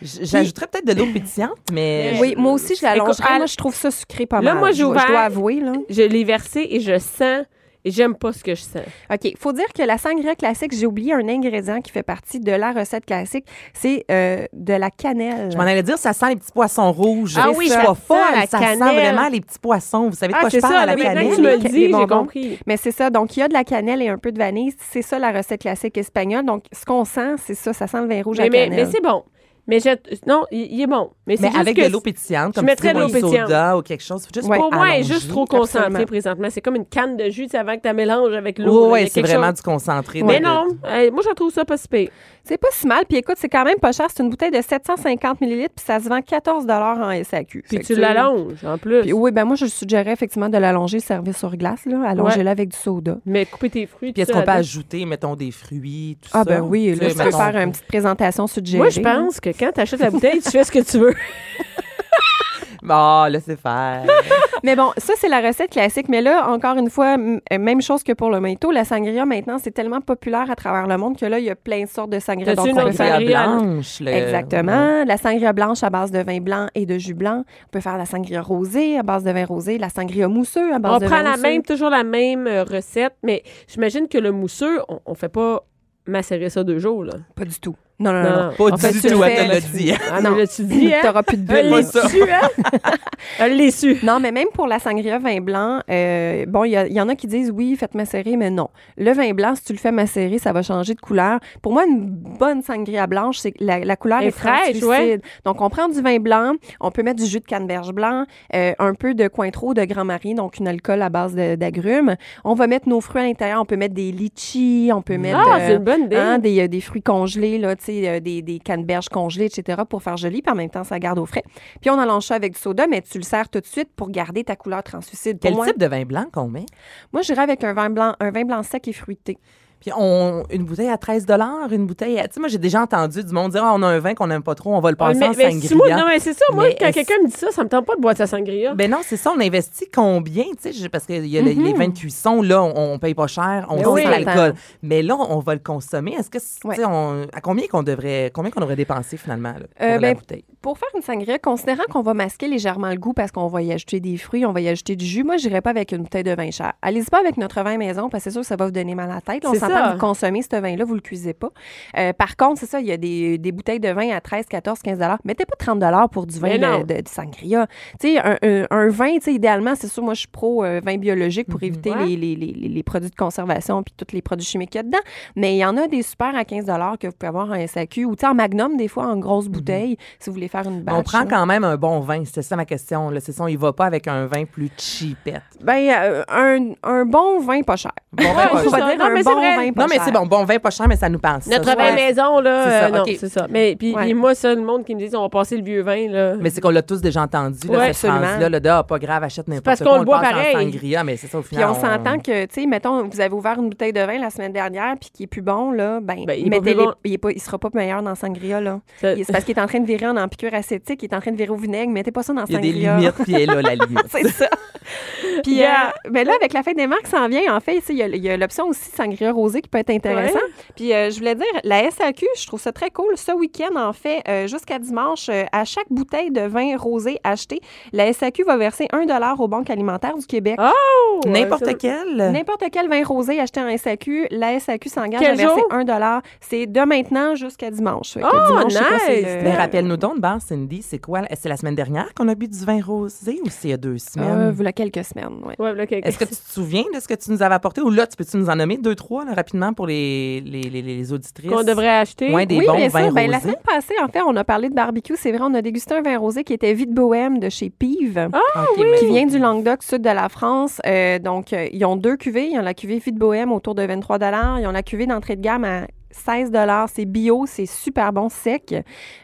J- J'ajouterais peut-être de l'eau pétillante, mais. Oui, moi aussi, je l'allongerais. Écoute, Moi, je trouve ça sucré pas Là, mal. moi, j'ai je, je ouvert- dois avouer, là. Je l'ai versé et je sens. Et j'aime pas ce que je sens. OK. faut dire que la sangria classique, j'ai oublié un ingrédient qui fait partie de la recette classique. C'est euh, de la cannelle. Je m'en allais dire, ça sent les petits poissons rouges. Ah Mais oui, je ça suis pas sent folle, la ça cannelle. sent vraiment les petits poissons. Vous savez de Ah, quoi je c'est parle ça, à la maintenant cannelle? que tu me le dis, les- les j'ai bonbons. compris. Mais c'est ça. Donc, il y a de la cannelle et un peu de vanille. C'est ça, la recette classique espagnole. Donc, ce qu'on sent, c'est ça. Ça sent le vin rouge à Mais, mais, mais cannelle. c'est bon. Mais je, non, il il est bon. Mais, c'est Mais juste avec que de l'eau je pétillante, comme mettrais si de l'eau un soda ou quelque chose. Faut Juste Ouais. pas Pour moi, elle est juste allonger. trop concentrée absolument. présentement. C'est comme une canne de jus tu sais, avant que tu la mélanges avec l'eau. Oui, là, il y a c'est quelque vraiment chose. du concentré. de- Mais de- non, euh, moi, je trouve ça pas si pire. C'est pas si mal. Puis écoute, c'est quand même pas cher. C'est une bouteille de 750 ml, puis ça se vend 14 en SAQ. Fait Puis que tu l'allonges, en plus. Puis oui, ben moi, je suggérais effectivement de l'allonger, servir sur glace, là. Allonger-la avec du soda. Mais couper tes fruits. Puis est-ce tout qu'on ça peut là-dedans. ajouter, mettons, des fruits, tout ça? Ah, ben oui, Tu là, sais, je peux mettons- faire une petite présentation suggérée. Moi, je pense que quand tu achètes la bouteille, tu fais ce que tu veux. Ah, laissez faire. Mais bon, ça, c'est la recette classique. Mais là, encore une fois, m- euh, même chose que pour le mento. La sangria, maintenant, c'est tellement populaire à travers le monde que là, il y a plein de sortes de sangria. T'as-tu Donc, une on peut autre faire- Sangria sangria, là. blanche. là. Exactement. La sangria blanche à base de vin blanc et de jus blanc. On peut faire la sangria rosée à base de vin rosé, la sangria mousseux à base on de prend vin la mousseux. même, toujours la même euh, recette, mais j'imagine que le mousseux, on, on fait pas macérer ça deux jours, là. Pas du tout. Non, non, non. non. Euh, Pas En fait, du tu le tout, fais, elle te là, l'a tu- dit. Ah, *laughs* non. Non. là, tu dis, hein? T'auras plus de Elle bulles. les su, hein? Elle les su. *laughs* Non, mais même pour la sangria vin blanc, euh, bon, il y, a- il y en a qui disent oui, faites macérer, mais non. Le vin blanc, si tu le fais macérer, ça va changer de couleur. Pour moi, une bonne sangria blanche, c'est que la, la couleur Elle est est fraîche, translucide. ouais. Donc, on prend du vin blanc, on peut mettre du jus de canneberge blanc, euh, un peu de cointreau de Grand Marie, donc une alcool à base de- d'agrumes. On va mettre nos fruits à l'intérieur, on peut mettre des litchis, on peut mettre Ah, euh, c'est une bonne idée. hein, des, euh, des fruits congelés, là, tu sais, euh, des, des canneberges congelées, etc., pour faire joli, puis en même temps, ça garde au frais. Puis on allonge ça avec du soda, mais tu le sers tout de suite pour garder ta couleur translucide. Pour Quel moi, type de vin blanc qu'on met? moi j'irais avec un vin blanc, un vin blanc sec et fruité. Puis on, une bouteille à 13 une bouteille à... Tu sais, moi, j'ai déjà entendu du monde dire, ah, on a un vin qu'on n'aime pas trop, on va le passer mais, en mais si moi- sangria. non, mais c'est ça, moi, Mais quand est-ce- quelqu'un me dit ça, ça me tente pas de boire de sa sangria. Ben non, c'est ça, on investit combien, tu sais, je- parce qu'il y a le- les vins de cuisson, là, on, on paye pas cher, on Mais sent oui. l'alcool. Mais là, on va le consommer. Est-ce que, c'est- tu Ouais. sais, on- à combien qu'on devrait, combien qu'on devrait dépenser finalement, là, pour Euh, la ben, bouteille? Pour faire une sangria, considérant qu'on va masquer légèrement le goût parce qu'on va y ajouter des fruits, on va y ajouter du jus, moi, j'irais pas avec une bouteille de vin cher. Allez-y pas avec notre vin maison parce que c'est sûr que ça va vous donner mal à la tête. On C'est ça. s'entend, vous consommez ce vin-là, vous le cuisez pas. Euh, par contre, c'est ça, il y a des, des bouteilles de vin à 13, 14, 15 Mettez pas 30 pour du vin Mais non. de, de- de sangria. Tu sais, un, un- un vin, tu sais, idéalement, c'est sûr, moi, je suis pro euh, vin biologique pour éviter Mm-hmm. Ouais. les, les- les- les- les produits de conservation puis tous les produits chimiques qu'il y a dedans. Mais il y en a des super à 15 que vous pouvez avoir en SAQ ou tu sais, en magnum, des fois, en grosse Mm-hmm. bouteille, si vous voulez faire une batch. on prend là. quand même un bon vin, c'est ça ma question. Là. C'est ça, on y va pas avec un vin plus cheapette. Ben, euh, un, un bon vin pas cher. Bon vin Ouais, pas c'est cher. ça. dire Non, un mais c'est bon vrai. vin pas Non, mais cher. c'est bon, bon vin pas cher, mais ça nous pense. ça, Notre ça. vin Ouais. maison, là, C'est ça, euh, non, ok. c'est ça. Mais puis Ouais. puis moi, ça, le monde qui me dit on va passer le vieux vin, là. Mais c'est qu'on l'a tous déjà entendu, là, Ouais, cette absolument. phrase-là, là, de, Ah, pas grave, achète n'importe quoi. parce qu'on le on boit passe en pareil. sangria, mais c'est ça, au Puis final. on s'entend que, tu sais, mettons, vous avez ouvert une bouteille de vin la semaine dernière, puis qui est plus bon, là, ben, Ben, il est pas mettez-les- plus bon. il, est pas- il sera pas meilleur dans sangria, là. Ça- Il- C'est parce qu'il est en train de virer en ampicure acétique, il est en train de virer au vinaigre, mettez pas ça dans Il y a sangria. des limites, puis elle a la limite. *laughs* C'est ça. Puis Yeah. euh, ben là, avec la fête des marques, ça en vient. En fait, ici, il y a- il y a, l'option aussi sangria rosé qui peut être intéressant. Puis euh, je voulais dire, la SAQ, je trouve ça très cool. Ce week-end, en fait, euh, jusqu'à dimanche, euh, à chaque bouteille de vin rosé achetée, la SAQ va verser 1 aux banques alimentaires du Québec. Oh! N'importe Ça- quel. N'importe quel vin rosé acheté en SAQ, la SAQ s'engage Quel à verser jour? 1 C'est de maintenant jusqu'à dimanche. Fait que Oh, dimanche, je sais pas, c'est nice! le- Mais Ben, rappelle-nous donc, de base, Cindy, c'est quoi? C'est la semaine dernière qu'on a bu du vin rosé ou c'est il y a deux Euh, semaines? voilà quelques semaines, oui. Ouais, là, ok, ok. Est-ce que tu te souviens de ce que tu nous avais apporté? Ou là, tu peux-tu nous en nommer deux, trois, là, rapidement, pour les, les, les, les auditrices? qu'on devrait acheter? Ouais, des oui, bons bien vins sûr. Ben, la rosés. semaine passée, en fait, on a parlé de barbecue. C'est vrai, on a dégusté un vin rosé qui était vide bohème de chez Pive. Ah, oui! Qui vient du Languedoc, sud de la France. Euh, donc, euh, ils ont deux cuvées. Ils ont la cuvée Vite Bohème autour de 23 Ils ont la cuvée d'entrée de gamme à 16 c'est bio, c'est super bon sec.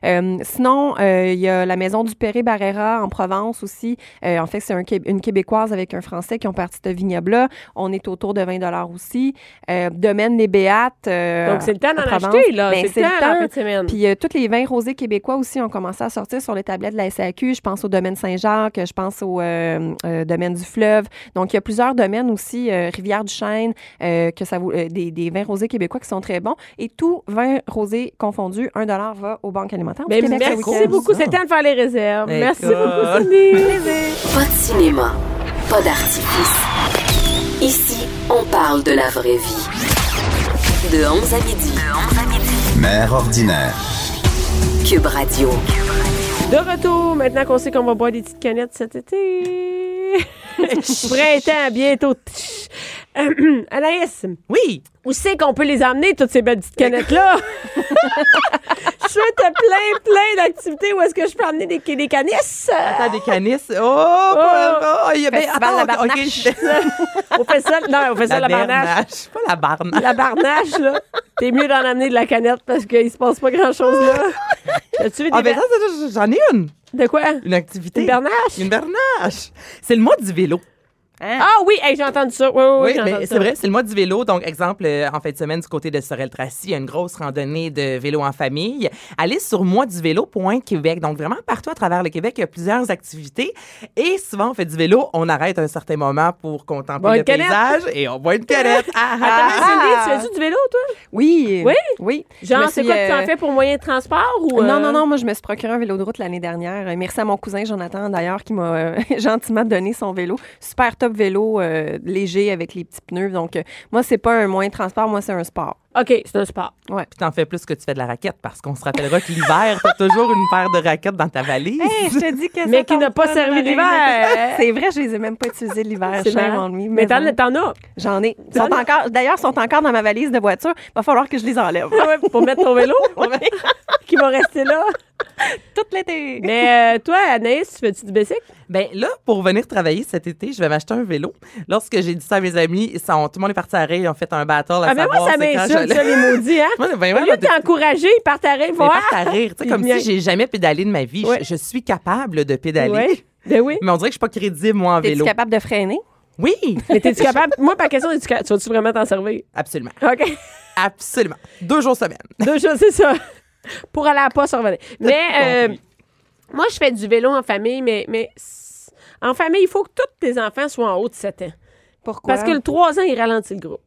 Euh, sinon, euh, il y a la maison du Péré Barrera en Provence aussi. Euh, en fait, c'est un Qué- une Québécoise avec un Français qui ont parti de ce vignoble-là. On est autour de 20 aussi. Euh, Domaine des Béates. euh, Donc, c'est le temps d'en en Provence. acheter, là. Ben, c'est le temps, en fin de semaine. Puis euh, tous les vins rosés québécois aussi ont commencé à sortir sur les tablettes de la SAQ. Je pense au domaine Saint-Jacques, je pense au euh, euh, domaine du fleuve. Donc, il y a plusieurs domaines aussi, euh, Rivière-du-Chêne, euh, que ça vaut, euh, des, des vins rosés québécois qui sont très bons. Et tout vin rosé confondu, 1 va aux banques alimentaires. du Ben, Québec ce merci week-end. beaucoup. C'est le temps de faire les réserves. Ben, Écoute. Merci beaucoup, Cindy. Pas de cinéma, pas d'artifice. Ici, on parle de la vraie vie. De 11 à midi. Mère ordinaire. Cube Radio. De retour, maintenant qu'on sait qu'on va boire des petites canettes cet *laughs* été. Printemps, bientôt. *clears throat* Anaïs, Oui! où c'est qu'on peut les emmener, toutes ces belles petites canettes-là? je souhaite plein, plein d'activités où est-ce que je peux emmener des, des canisses. T'as des canisses. Oh! pas- oh, il y a bien. Festival La attends, ok, *laughs* Barnache. je- On fait ça, non, on fait ça La la barnache. barnache. Pas la barnache. La barnache, là. T'es mieux d'en amener de la canette parce qu'il se passe pas grand-chose, là. As-tu vu des Ah, ben ba- ça, ça, j'en ai une. De quoi? Une activité. Une barnache? Une barnache. C'est le mois du vélo. Ah oui, hey, j'ai entendu ça. Oui, oui, oui, Oui, j'ai mais entendu c'est ça. vrai, c'est le mois du vélo. Donc, exemple, euh, en fin de semaine, du côté de Sorel-Tracy, il y a une grosse randonnée de vélo en famille. Allez sur moisduvélo.québec. Donc, vraiment, partout à travers le Québec, il y a plusieurs activités. Et souvent, on fait du vélo, on arrête à un certain moment pour contempler Boire une le canette. paysage et on boit *laughs* une canette. Ah, ah. Attends, Cindy, tu fais-tu du vélo, toi? Oui. Oui? Oui. Je Genre, me c'est suis, quoi que tu euh, en fais pour moyen de transport ou. euh, Non, non, non, moi, je me suis procuré un vélo de route l'année dernière. Euh, Merci à mon cousin Jonathan, d'ailleurs, qui m'a euh, *laughs* gentiment donné son vélo. Super top vélo, euh, léger, avec les petits pneus. Donc, euh, moi, c'est pas un moyen de transport, moi, c'est un *laughs* sport. OK, c'est un sport. Puis t'en fais plus que tu fais de la raquette parce qu'on se rappellera que l'hiver, t'as toujours une paire de raquettes dans ta valise. je te dis que Mais qui n'a pas servi *laughs* l'hiver. C'est vrai, je les ai même pas utilisés l'hiver. C'est shame marrant. on me, Mais mais t'en hein, t'en as J'en ai. Ils sont encore, d'ailleurs, ils sont encore dans ma valise de voiture. Va falloir que je les *laughs* enlève. *laughs* Ouais, pour mettre ton vélo qui va rester là. Tout l'été. Mais euh, toi, Anaïs, tu fais-tu du bicycle? Ben là, pour venir travailler cet été, je vais m'acheter un vélo. Lorsque j'ai dit ça à mes amis, ils sont, tout le monde est parti à rire, ils ont fait un battle à Ah, mais moi, savoir ça c'est quand m'insulte, j'allais- ça, les maudits, hein? *laughs* Moi, ben, ouais, Au lieu moi, de t'encourager, ils partent à rire, mais voir. pas à rire, tu sais, Ils comme viennent. si j'ai jamais pédalé de ma vie. Je- Ouais. Je, suis capable de pédaler. Oui. Ben oui. Mais on dirait que je suis pas crédible, moi, en T'es-tu vélo. capable de freiner? Oui, Mais t'es-tu capable? Moi, par question, es-tu ca- tu vas-tu vraiment t'en servir? absolument. OK. *laughs* Absolument. Deux jours semaine. Deux choses, c'est ça. Pour aller à la poste, revenir. Mais euh, moi, je fais du vélo en famille, mais, mais s- en famille, il faut que tous tes enfants soient en haut de 7 ans. Pourquoi? Parce que le 3 ans, il ralentit le groupe.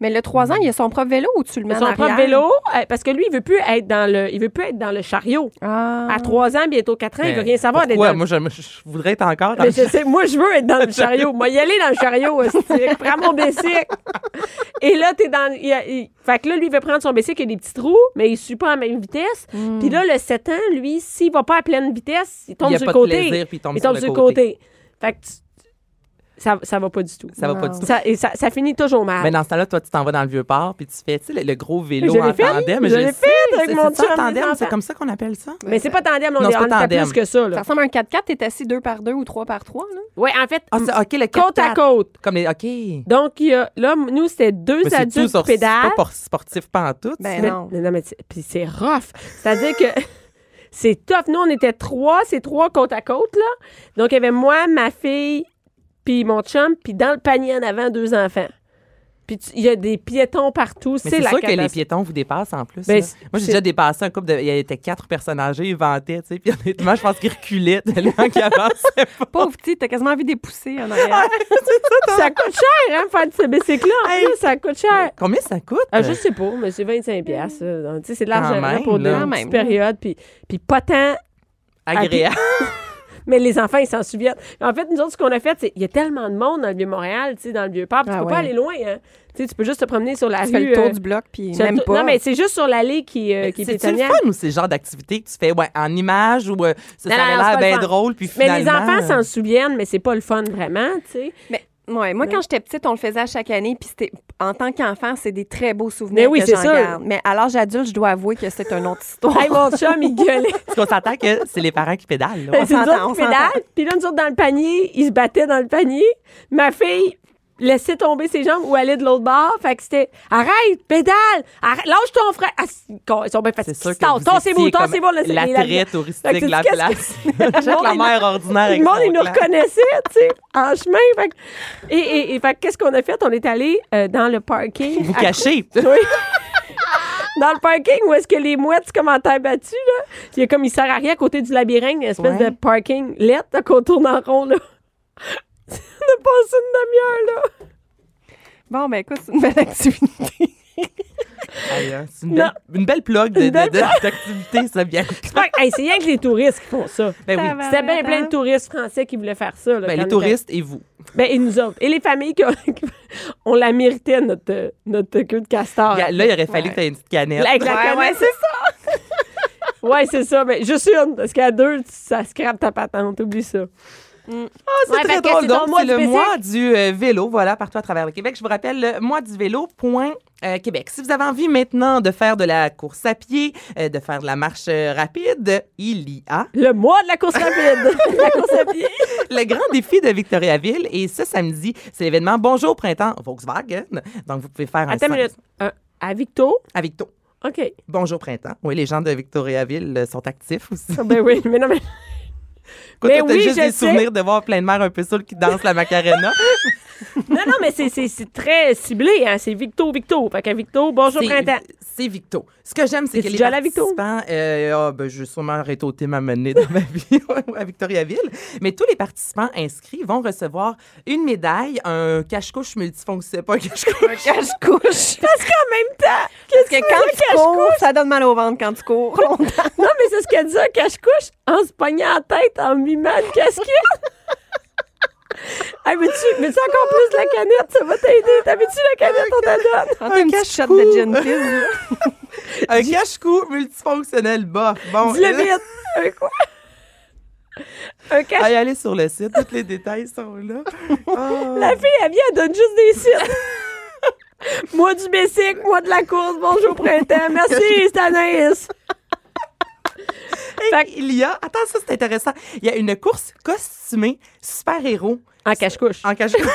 Mais le 3 ans, il a son propre vélo ou tu le mets en Son propre arrière? vélo, euh, parce que lui, il veut plus être dans le, il veut plus être dans le chariot. Ah. À 3 ans, bientôt 4 ans, il veut Ben, rien savoir d'être pourquoi? dans le Moi, je, je voudrais être encore dans Mais le je sais, moi, je veux être dans le chariot. Moi, y aller dans le chariot, hostie. Prends mon bicycle. Et là, t'es dans. il y a- il- fait que là, lui, il veut prendre son bicycle, il y a des petits trous, mais il suit pas à la même vitesse. Puis là, le 7 ans, lui, s'il va pas à pleine vitesse, il tombe Hmm. Il y a sur pas le de côté. plaisir, puis il tombe sur le sur le côté. Fait que tu- ça, ça va pas du tout. Ça va pas du tout. Ça, et ça, ça finit toujours mal. Mais dans ce temps-là, toi, tu t'en vas dans le vieux port, puis tu fais tu sais, le, le gros vélo Je l'ai en fait, tandem. je l'ai le fait sais, avec c'est- mon c'est ça, chum, mes tandem, enfants. c'est comme ça qu'on appelle ça? Mais c'est pas tandem, on Non, est c'est pas on est à tandem. plus que ça. Ça Là. ressemble à un 4x4, t'es assis 2 par 2 ou 3 par 3, là? Ouais, en fait, Ah, c'est OK, le côte à 4x4. côte. Comme les. OK. Mais Donc, il y a, là, nous, c'était deux c'est tout adultes sur- qui c'est pédalent. pas por- sportif, pas en tout. Ben Mais- non. mais mais c'est- puis c'est rough. C'est-à-dire que *laughs* c'est tough. Nous, on était trois, c'est trois côte à côte, là. Donc, il y avait moi, ma fille, puis mon chum, puis dans le panier en avant, deux enfants. Puis tu- il y a des piétons partout. Mais C'est c'est la sûr que les catastrophe. piétons vous dépassent en plus. Ben, là. c'est- Moi, j'ai c'est- déjà dépassé un couple de. Il y était quatre personnes âgées, ils vantaient, tu sais. Puis honnêtement, je pense qu'ils reculaient tellement qu'ils avançaient pas. Pauvre petit, t'as quasiment envie d'épousser en arrière. Ah, Ça coûte cher, hein, faire de ce bicycle-là. *laughs* En plus, ça coûte cher. *laughs* Combien ça coûte? euh, Ah, je sais pas, mais c'est 25 piastres. là. Donc, tu sais, C'est de l'argent Quand là, même, pour deux là. Quand petites même. périodes. Puis, puis pas tant Agréable. Mais les enfants, ils s'en souviennent. En fait, nous autres, ce qu'on a fait, c'est il y a tellement de monde dans le Vieux-Montréal, tu sais, dans le Vieux-Port, puis tu Ah peux ouais. pas aller loin. Hein. Tu sais, tu peux juste te promener sur la Tu rue. fais le tour euh, du bloc, puis sur le même tour- pas. Non, mais c'est juste sur l'allée qui, euh, qui est C'est-tu le pétanière. fun ou c'est le genre d'activité que tu fais ouais, en image ou euh, ça, Non, ça non, non, c'est a pas l'air bien le fun. drôle, puis Mais finalement... les enfants euh, s'en souviennent, mais c'est pas le fun vraiment, tu *laughs* sais. Mais, ouais, moi, quand j'étais petite, on le faisait à chaque année, puis c'était- en tant qu'enfant, c'est des très beaux souvenirs Mais oui, que c'est j'en sûr. garde. Mais à l'âge adulte, je dois avouer que c'est une autre histoire. Hey, mon chum, il gueulait. Parce qu'on s'entend que *laughs* c'est les parents qui pédalent. là. C'est nous s'entend, autres on qui pédalent. s'entend. Puis là, nous autres, dans le panier, ils se battaient dans le panier. Ma fille laisser tomber ses jambes ou aller de l'autre bord. Fait que c'était arrête, pédale, arrête, lâche ton frère. Ah, c'est- con- ils sont bien C'est fatigués. sûr que vous Tassez-vous, étiez comme tassez-vous, laissez- la les- traite touristique Fait que de la tu sais, qu'est-ce place. que- *laughs* Jacques la il- mère ordinaire Tout le monde, avec il son nous clan. reconnaissait, tu sais, en chemin. Fait que- et et, et fait que qu'est-ce qu'on a fait? On est allé euh, dans le parking. Vous à- *laughs* cachez. Oui. Dans le parking où est-ce que les mouettes, c'est comme en terre battue, là. Il y a comme, il sert à rien à côté du labyrinthe, une espèce Ouais. de parking lettre là, qu'on tourne en rond, là. *laughs* On a passé une demi-heure, là. Bon, ben écoute, c'est une belle activité. Aïe, hein, C'est une belle, une belle plug de- de- Une belle de- d'activité, ça, *laughs* bien. Fait que, hey, c'est rien que les touristes qui font ça. Ben oui. C'était bien plein de touristes français qui voulaient faire ça. là, Ben, quand on les était- touristes et vous. Ben, et nous autres. Et les familles qui ont, *laughs* on la méritait, notre, notre queue de castor. Il y a- Là, il aurait fallu que tu aies une petite canette. Avec la canette. ouais, c'est ça. *laughs* Ouais, c'est ça. Mais juste une. Parce qu'à deux, tu- ça scrape ta patente. Oublie ça. C'est Ouais, très fait que drôle. c'est ton Donc, mois c'est du le Québec. mois du euh, vélo, voilà, partout à travers le Québec. Je vous rappelle, le mois du vélo. Point, euh, Québec. Si vous avez envie maintenant de faire de la course à pied, euh, de faire de la marche euh, rapide, il y a Le mois de la course rapide. *laughs* la course à pied. le grand *laughs* défi de Victoriaville. Et ce samedi, c'est l'événement Bonjour Printemps Volkswagen. Donc, vous pouvez faire un Attends une cinq- minute. Un- à Victo. avec toi. OK. Bonjour Printemps. Oui, les gens de Victoriaville euh, sont actifs aussi. Ah, Ben oui. Mais non, *laughs* mais. Écoute, Mais toi, t'as oui, juste je des sais. souvenirs de voir plein de mères un peu saoules qui dansent la Macarena. Non, non, mais c'est- c'est c'est très ciblé. Hein. C'est Victo, Victo. Fait qu'à Victo, bonjour C'est- printemps. C'est Victo. Ce que j'aime, c'est que T'es-tu les déjà allée à Victo? participants... Euh, ah, ben, je vais sûrement arrêter au thème à mener dans ma *laughs* vie à Victoriaville. Mais tous les participants inscrits vont recevoir une médaille, un cache-couche multifonctionnel. Pas un cache-couche. Cache-couche. Parce qu'en même temps, qu'est-ce Parce que quand tu cours, ça donne mal au ventre quand tu cours *laughs* longtemps. Non, mais c'est ce qu'elle dit à cache-couche en se pognant la tête, en mimant une casquette. hey, mais tu mais tu encore plus la canette, ça va t'aider. T'avais-tu la canette, on te donne? Quand t'as une petite shot de gin fizz, là. un cache-cou multifonctionnel. Bof. Oh, Bon, euh, Dis-le elle- vite. Un quoi? Un cache Allez, allez sur le site. Tous les détails sont là. Ah. La fille, elle vient, elle donne juste des sites. *laughs* moi du Bessic, moi de la course, bonjour printemps. *laughs* Merci, Stanis. Fait que- Il y a... Attends, ça, c'est intéressant. Il y a une course costumée super-héros En cache-couche. en cache-couche.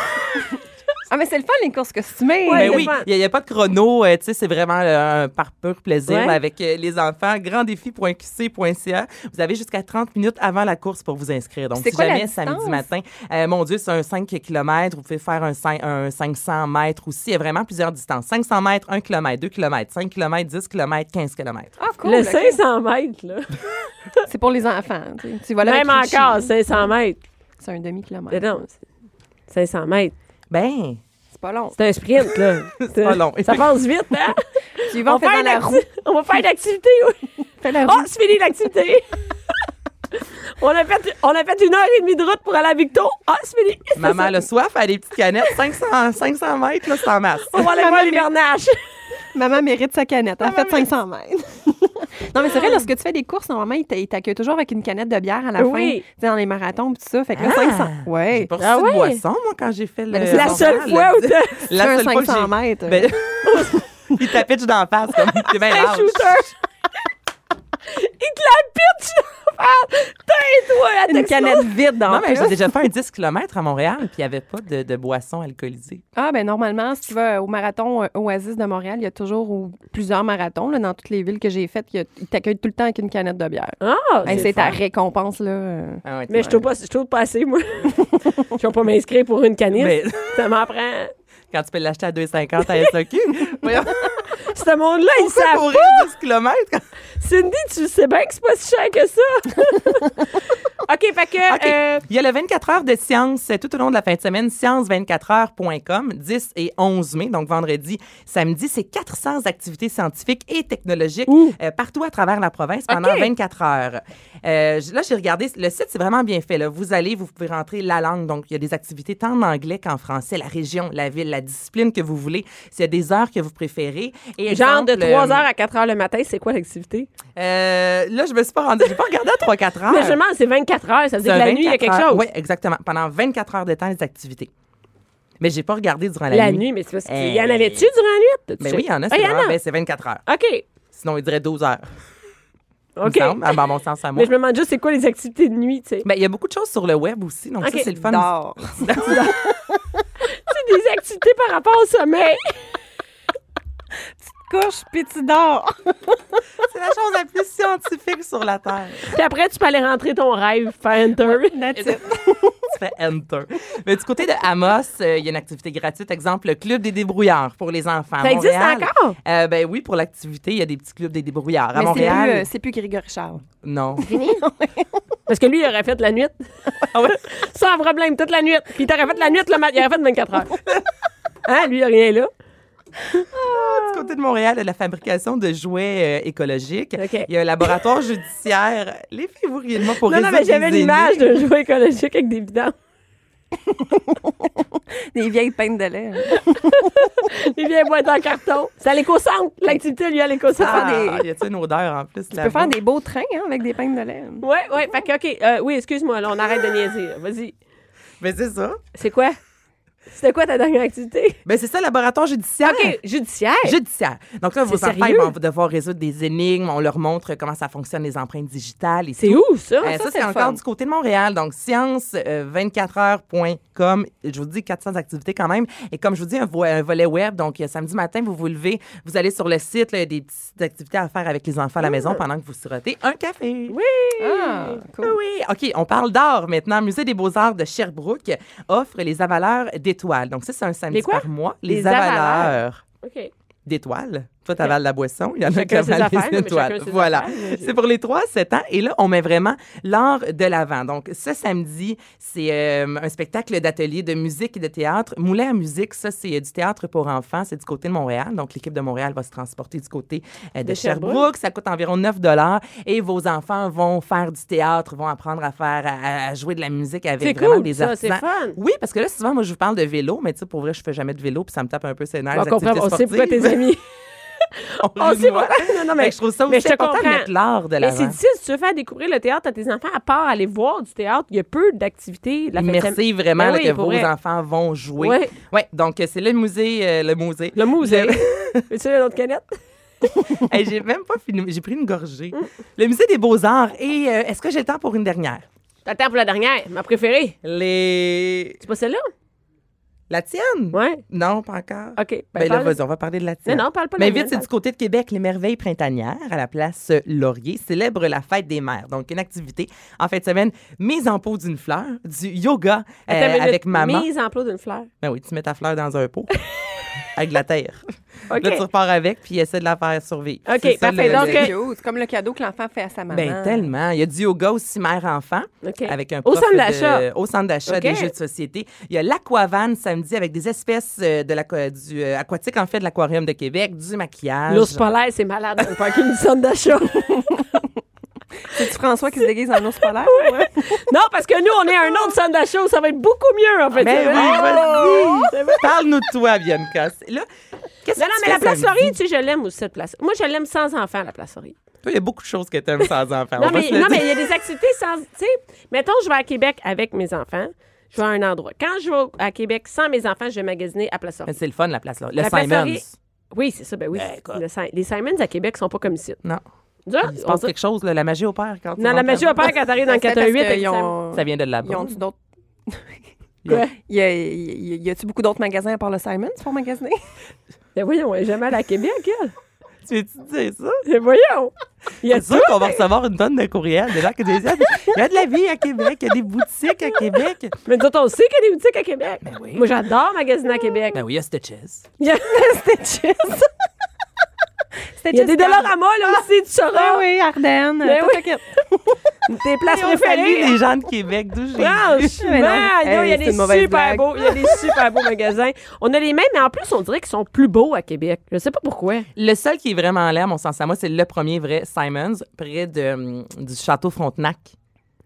Ah, mais c'est le fun, les courses costumées. Ouais, Ben le oui, fun. il n'y a, pas de chrono, euh, tu sais, c'est vraiment euh, un par pur plaisir Ouais. là, avec euh, les enfants. Granddéfi.qc.ca. Vous avez jusqu'à 30 minutes avant la course pour vous inscrire. Donc, C'est si quoi la jamais distance? samedi matin, euh, mon Dieu, c'est un 5 km, vous pouvez faire un, cin- un 500 mètres aussi. Il y a vraiment plusieurs distances. 500 mètres, 1 km, 2 km, 5 km, 10 km, 15 km. Ah, cool. le ok. 500 mètres, là. C'est pour les enfants. tu sais. Tu vas là Même avec Richie. encore, 500 mètres. C'est un demi-kilomètre. Mais non, c'est 500 mètres. Ben, C'est pas long. C'est un sprint, là. *laughs* C'est pas long. Ça passe vite, hein? Tu y vas, on fait dans une la acti- roue. Ah! on va faire une activité. oui. Fais la Oh, roue. c'est fini l'activité. *laughs* on, a fait, on a fait une heure et demie de route pour aller à Victo. Ah, *laughs* c'est fini. maman a soif, elle a des petites canettes. 500, 500 mètres, là, c'est en masse. On va aller voir l'hivernage. Maman mérite sa canette. hein, Elle a fait 500 mètres. *laughs* non, mais c'est vrai, lorsque tu fais des courses, normalement, ils t'a- ils t'accueillent toujours avec une canette de bière à la Oui. fin. Tu sais, dans les marathons, pis tout ça. Fait que là, 500. Ouais. J'ai pas reçu Ah de ouais? boisson, moi, quand j'ai fait le. Ben, c'est C'est la Montréal, seule le- fois où t'as La C'est un seule fois que 500 j'ai- mètres. euh, *laughs* Ben, il t'a pitché dans la face *laughs* comme t'es bien un large. shooter. Il te la pitch. Tain-toi, à Une canette vide dans Non, mais plus. j'ai déjà fait un 10 km à Montréal, puis il n'y avait pas de, de boisson alcoolisée. Ah, ben normalement, si tu vas au marathon euh, Oasis de Montréal, il y a toujours ou plusieurs marathons là, dans toutes les villes que j'ai faites. il y a- Ils t'accueillent tout le temps avec une canette de bière. Ah, Hey, c'est c'est ta fun. récompense, là. euh. Ah ouais, mais je t'es- trouve pas, je trouve pas assez, *laughs* moi. Je vais pas m'inscrire pour une canette. Mais- Ça m'en prend. Ben, *laughs* Quand tu peux l'acheter à 2,50 à E SAQ. *laughs* Voyons, Ce monde-là, ils pourquoi savent courir 10 km? Cindy, tu sais bien que c'est pas si cher que ça. *laughs* OK, fait que. euh, Il y a le 24 heures de science euh, tout au long de la fin de semaine, science24heures.com, 10 et 11 mai, donc vendredi, samedi. C'est 400 activités scientifiques et technologiques Ouh. euh, partout à travers la province pendant OK. 24 heures. Euh, j- là, j'ai regardé, le site, c'est vraiment bien fait. là. Vous allez, vous pouvez rentrer la langue, donc il y a des activités tant en anglais qu'en français, la région, la ville, la discipline que vous voulez. S'il y a des heures que vous préférez. Et genre de exemple, 3 euh, h à 4 h le matin, c'est quoi l'activité? euh, là, je me suis pas rendue, j'ai pas regardé à 3-4 heures. *laughs* Mais je me demande, c'est 24 h Ça veut dire que la nuit, il y a quelque chose. Oui, exactement. Pendant 24 heures de temps, les activités. Mais j'ai pas regardé durant la, la nuit, mais c'est parce qu'il y en avait-tu durant la nuit? T'as-tu Mais checké? oui, il y en a, Ah, c'est vraiment- en ben, c'est 24 heures. OK. Sinon, il dirait 12 heures. il me OK. semble, à mon sens, à moi. *laughs* Mais je me demande juste, c'est quoi les activités de nuit, tu sais? Oh. Ben, il y a beaucoup de choses sur le web aussi, donc Ok. ça, c'est le fun. Dors. C'est des activités par rapport au sommeil. Couche, puis tu dors. C'est la chose *laughs* la plus scientifique sur la Terre. Puis après, tu peux aller rentrer ton rêve, faire enter. That's it. tu fais enter. Mais du côté de Amos, euh, il y a une activité gratuite, exemple le club des débrouillards pour les enfants. à Ça existe Montréal. encore? Euh, ben oui, pour l'activité, il y a des petits clubs des débrouillards à Mais c'est plus, Montréal. euh, c'est plus Grégory Charles. Non. Parce que lui, il aurait fait la nuit. Ah Sans problème, toute la nuit. Puis il t'aurait fait la nuit le matin. Il aurait fait 24 heures. Hein, lui, il a rien là. du côté de Montréal, il y a la fabrication de jouets euh, écologiques. OK. Il y a un laboratoire judiciaire. Les filles, vous riez de moi pour Non, non, résoudre mais j'avais des l'image énigmes. d'un jouet écologique avec des bidons. Des vieilles peintes de lait. hein. Il vient boire en carton. C'est à l'éco-centre. L'activité, lui, à l'éco-centre. Ah, y a-t-il une odeur en plus Tu là peux faire des beaux trains hein, avec des peintes de lait. Ouais, ouais. Fait que, OK. euh, oui, excuse-moi, là, on arrête de niaiser. là. Vas-y. Mais c'est ça. C'est quoi? C'était quoi ta dernière activité? Ben c'est ça, laboratoire judiciaire. OK, judiciaire. Judiciaire. Donc là, vos C'est enfants ils sérieux? vont devoir résoudre des énigmes. On leur montre comment ça fonctionne, les empreintes digitales et C'est tout. où, Ah, Eh, ça? Euh, ça, c'est encore du côté de Montréal. Donc, euh, science24heures.com. je vous dis 400 activités quand même. Et comme je vous dis, un, vo- un volet web. Donc, euh, samedi matin, vous vous levez, vous allez sur le site, là, il y a des petites activités à faire avec les enfants à la maison pendant que vous sirotez un café. Mmh. Oui! Ah, Ah cool. Oui, OK, on parle d'art maintenant. Musée des beaux-arts de Sherbrooke offre les avaleurs d'étoiles. Donc, ça, c'est un samedi Les quoi? par mois. Les avaleurs. OK. d'étoiles. Toi, t'avales la boisson. Il y en a qui Chacun ses avalent affaires, les mais chacun étoiles. ses Voilà. affaires, mais j'ai- C'est pour les 3-7 ans. Et là, on met vraiment l'art de l'avant. Donc, ce samedi, c'est euh, un spectacle d'atelier de musique et de théâtre. Moulin à musique, ça, c'est euh, du théâtre pour enfants. C'est du côté de Montréal. Donc, l'équipe de Montréal va se transporter du côté euh, de, De Sherbrooke. Sherbrooke. Ça coûte environ 9 Et vos enfants vont faire du théâtre, vont apprendre à faire, à, à jouer de la musique C'est avec vraiment cool, des ça, c'est artisans. fun. Oui, parce que là, souvent, moi, je vous parle de vélo, mais tu sais, pour vrai, je fais jamais de vélo, puis ça me tape un peu ses nerfs. On les comprend, activités on sait pourquoi sportives. tes amis. On *laughs* on rit de sait moi. pourquoi. Non, non, Fait Ah, mais. que je trouve ça mais je aussi te important de comprends. mettre l'art de Mais l'avant. c'est difficile, si tu veux faire découvrir le théâtre à tes enfants, à part aller voir du théâtre, il y a peu d'activités. de La fin de semaine. Merci vraiment Ben là, oui, que pour vos vrai. enfants vont jouer. Ouais. Ouais, donc euh, c'est le musée, euh, le musée. Le musée. *laughs* *laughs* Veux-tu une autre canette? Hey, j'ai même pas fini, j'ai pris une gorgée. Mm. Le musée des beaux-arts. Et euh, est-ce que j'ai le temps pour une dernière? T'attends pour la dernière, ma préférée. Les... C'est pas celle-là? La tienne? Ouais. Non, pas encore. OK. ben, Ben, là, parle- vas-y, on va parler de la tienne. Non, non, parle pas de Mais la vite, mienne, c'est parle. du côté de Québec, les merveilles printanières à la place euh, Laurier célèbrent la fête des mères. Donc, une activité en fin de semaine, mise en pot d'une fleur, du yoga euh, Attends une minute. avec maman. Mise en plot d'une fleur. Ben oui, tu mets ta fleur dans *laughs* un pot avec de la terre. OK. Là, tu repars avec, puis essaie de la faire survivre. OK, C'est ça, parfait. le- Donc, le- euh, C'est cute. C'est comme le cadeau que l'enfant fait à sa maman. Ben tellement. Il y a du yoga aussi mère-enfant OK. avec un Au prof centre de- d'achat. au centre d'achat OK. des jeux de société. Il y a l'aquavane samedi avec des espèces euh, de l'aqua- du euh, aquatique en fait de l'aquarium de Québec, du maquillage. L'ours polaire, c'est malade dans le parking du centre d'achat. C'est-tu François qui se déguise en ours polaire? Ouais. *laughs* non, parce que nous, on est à un autre centre d'achat où ça va être beaucoup mieux, en fait. Ben C'est oui, vrai. vas-y. Parle-nous de toi, Bianca. C'est- Là, qu'est-ce Oh! Non, non, que tu mais fais la place samedi? Fleury, tu sais, je l'aime aussi, cette place. Moi, je l'aime sans enfant, la place Fleury. Toi, il y a beaucoup de choses que t'aimes sans enfant. Non, Ah, On va mais se le non, dire. mais il y a des activités sans. Tu sais, mettons, je vais à Québec avec mes enfants. Je vais à un endroit. Quand je vais à Québec sans mes enfants, je vais magasiner à Place Mais Fleury. c'est le fun, la place Laurier. Le La place Simons. Laurier. Oui, c'est ça. Ben oui. Ben, écoute. Le Si- les Simons à Québec sont pas comme ici. Non. Nous autres, Il se on passe dirait- quelque chose, là, la magie opère quand tu Non, la rentres magie là. va pas quand *laughs* t'arrives dans le C'est parce 418 avec les qu'ils Simons. ont- Ça vient de là-bas. Ils ont-tu d'autres. *laughs* Y Quoi? a- y a- y a-tu beaucoup d'autres magasins à part le Simons pour magasiner? Ben voyons, elle est jamais allée à Québec, elle. Tu veux-tu dire ça? Ben voyons. Il y a *laughs* C'est sûr qu'on va recevoir une tonne de courriels de gens qui disent Ah, il y a de la vie à Québec, il y a des boutiques à Québec. Mais nous autres, on sait qu'il y a des boutiques à Québec. Ben oui. Moi, j'adore magasiner à Québec. Ben oui, il y a Stitches. Il y *laughs* a, C'était juste. il y a des dollars à moi, là aussi, tu Ah sauras. oui, Ardennes. Ben tout oui. le kit. Tes places On salue préférées. les gens de Québec, d'où j'ai. Franchement, Mais non. non, il y a Hey, c'est des une mauvaise super blague. beaux, il y a *laughs* des super beaux magasins. On a les mêmes, mais en plus, on dirait qu'ils sont plus beaux à Québec. Je sais pas pourquoi. Le seul qui est vraiment là, à mon sens, à moi, c'est le premier vrai Simons, près de, hum, du château Frontenac.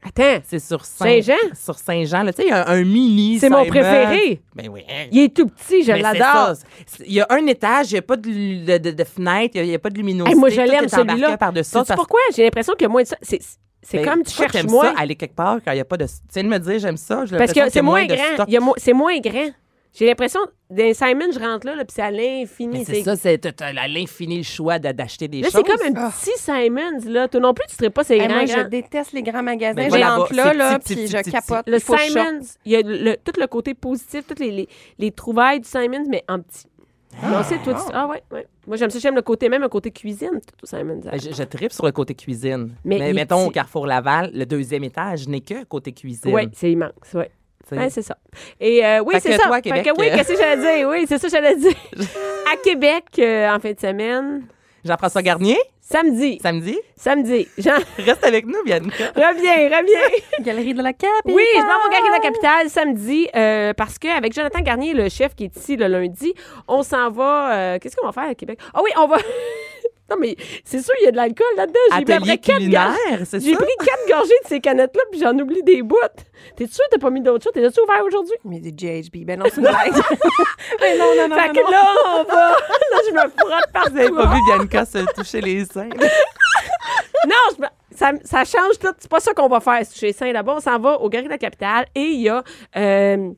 Attends, C'est sur Saint- Saint-Jean? Sur Saint-Jean, là. Tu sais, il y a un, un mini. c'est mon Simons. préféré. Ben oui. Il est tout petit, je Mais c'est l'adore. ça. C'est- Il y a un étage, il n'y a pas de, lu- de, de- de fenêtre, il n'y a, pas de luminosité. Hey, moi, je tout l'aime est embarqué celui-là. par-dessus Sais-tu parce- pourquoi? J'ai l'impression que moi, ça- c'est c'est Ben, comme tu pourquoi cherches t'aimes moins. ça, aller quelque part quand il n'y a pas de. Tu viens de me dire, j'aime ça. j'ai Parce que l'impression qu'il y c'est a moins de grand. stock. Il y a mo- C'est moins grand. J'ai l'impression, d'un Simon, je rentre là, là puis c'est à l'infini. Mais c'est ça, c'est t'as- t'as à l'infini le choix d'a- d'acheter des Là, choses. c'est comme un Ah. petit Simons, là. Toi non plus, tu serais pas ces Hey, grands, moi, je grands. déteste les grands magasins. Ben, Je voilà, rentre c'est là, petit, là, petit, puis petit, je petit, capote. Le Il faut que je sorte. Simons, il y a le- tout le côté positif, toutes les, les, les trouvailles du Simons, mais en petit. Non, c'est toi, tu- Ah ouais, ouais. Moi, j'aime ça. J'aime le côté même, un côté cuisine, tout au Simons. hein. Je, je tripe sur le côté cuisine. Mais Mais, il est mettons, au petit. Carrefour Laval, le deuxième étage n'est que côté cuisine. Oui, c'est immense, oui. tu sais. Ouais, c'est ça. Et euh, oui, hein. Fait c'est que ça. toi, à Fait Québec, que oui, euh, qu'est-ce que j'allais dire? Oui, c'est ça que j'allais dire. à Québec, euh, en fin de semaine, Jean-François Garnier, samedi, samedi, samedi, Jean, reste avec nous, Bianca. reviens, reviens. Galerie de la Capitale. Oui, je m'en vais au Carré de la Capitale samedi euh, parce qu'avec Jonathan Garnier, le chef qui est ici le lundi, on s'en va. euh, Qu'est-ce qu'on va faire à Québec? Ah oui, on va. *laughs* non, mais c'est sûr, il y a de l'alcool là-dedans. J'ai pris après Atelier quatre culinaire, gorgées- c'est J'ai ça? pris quatre gorgées de ces canettes-là, puis j'en oublie des bouts. T'es sûr que t'as pas mis d'autres choses? T'es tu ouvert aujourd'hui? Mais du GHB. Ben non, c'est une blague. Mais non, non, non. Fait non, que Ah non. là, on va. *laughs* Là, je me frotte partout. Vous n'avez pas vu Bianca se toucher *laughs* les seins. Non, je me- ça, ça change tout. C'est pas ça qu'on va faire chez Saint là-bas. On s'en va au Gary de la Capitale et il y a. euh,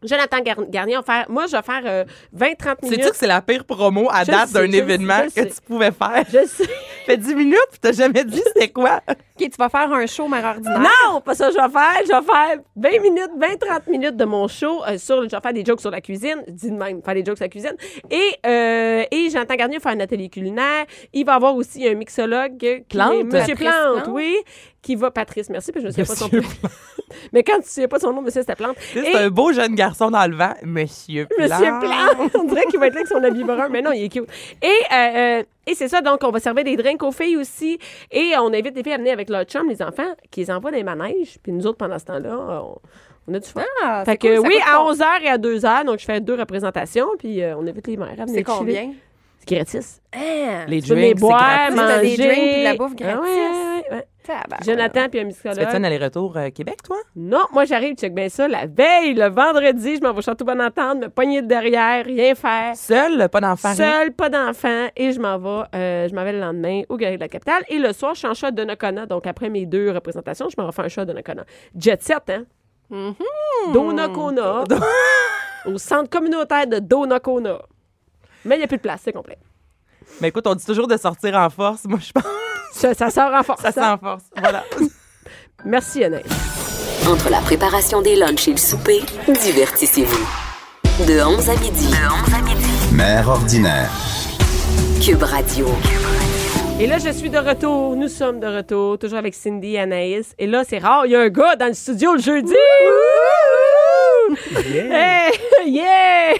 Jonathan Gar- Garnier, on va faire, moi, je vais faire 20-30 minutes. Sais-tu que c'est la pire promo à Je date sais, d'un je sais, événement je sais. que tu pouvais faire? Je sais. fait 10 minutes, puis t'as jamais dit c'était quoi? OK, tu vas faire un show mère ordinaire. Non, pas ça, que je vais faire. Je vais faire 20 minutes, 20-30 minutes de mon show. euh, sur, je vais faire des jokes sur la cuisine. Dis de même, faire des jokes sur la cuisine. Et, euh, et j'entends Garnier faire un atelier culinaire. Il va avoir aussi un mixologue. qui- Plante. Monsieur Patrice Plante, Plante. oui. Qui va, Patrice, merci, puis je ne sais pas son Monsieur nom. *laughs* Mais quand tu ne sais pas son nom, monsieur, c'était Plante. Tu sais, Et- C'est un beau jeune garçon dans le vent, Monsieur Plan. Monsieur *laughs* Plan. On dirait qu'il va être là avec son habit brun, mais non, il est cute. Et, euh, euh, et c'est ça, donc on va servir des drinks aux filles aussi. Et on invite les filles à venir avec leur chum, les enfants, qui les envoient dans les manèges. Puis nous autres, pendant ce temps-là, on, on a du fun. Ah, fait c'est que cool, ça oui, coûte à com- 11h et à 2h, donc je fais deux représentations, puis euh, on invite les mères à venir C'est chiller. combien? C'est gratis. Ah, Les Tu peux venir drinks, c'est boire, gratuit. gratis. T'as manger. des drinks puis de la bouffe gratis. Ah ouais, ouais, ouais. tabarnak. Jonathan puis un Tu fais-tu mixologue. un aller-retour euh, Québec, toi? Non, moi j'arrive, check bien ça, la veille, le vendredi, je m'en vais au Château Bonne Entente, me pogner de derrière, rien faire. Seul, pas d'enfant. rien? Seul, pas d'enfant, et je m'en vais, euh, je m'en vais le lendemain au Galerie de la Capitale. Et le soir, je suis en shot de Nakona. Donc, après mes deux représentations, je m'en refais un shot de Nakona. Jet set, hein? Donacona. au centre communautaire de Donacona. Mais il n'y a plus de place, c'est complet. Mais écoute, on dit toujours de sortir en force. Moi, je pense Ça, ça sort en force. que ça sent hein? en force. *laughs* Voilà. Merci, Yannick. Entre la préparation des lunchs et le souper, divertissez-vous. De 11 à midi. De 11 à midi. Mère ordinaire. Cube Radio. Et là, je suis de retour. Nous sommes de retour, toujours avec Cindy et Anaïs. Et là, c'est rare, il y a un gars dans le studio le jeudi. Yeah. *laughs* yeah!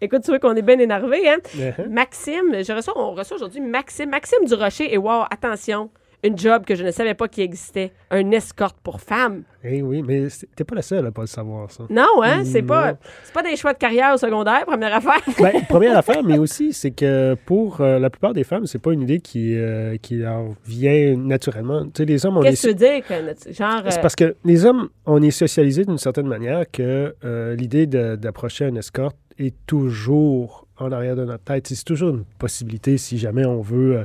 Écoute, tu vois qu'on est bien énervé, hein? Uh-huh. Maxime, je reçois, on reçoit aujourd'hui Maxime, Maxime Durocher. Et wow, attention, une job que je ne savais pas qui existait, un escorte pour femmes. Eh oui, mais c'est- t'es pas la seule à pas le savoir, ça. Non, hein? C'est Non. pas, c'est pas des choix de carrière au secondaire, première affaire. Mm. *laughs* Ben, première affaire, mais aussi, c'est que pour euh, la plupart des femmes, c'est pas une idée qui, euh, qui leur vient naturellement. Tu sais, les hommes, on est... Qu'est-ce que tu veux dire? que notre- genre, euh, C'est parce que les hommes, on est socialisés d'une certaine manière que euh, l'idée de- d'approcher une escorte est toujours en arrière de notre tête. C'est toujours une possibilité si jamais on veut, euh,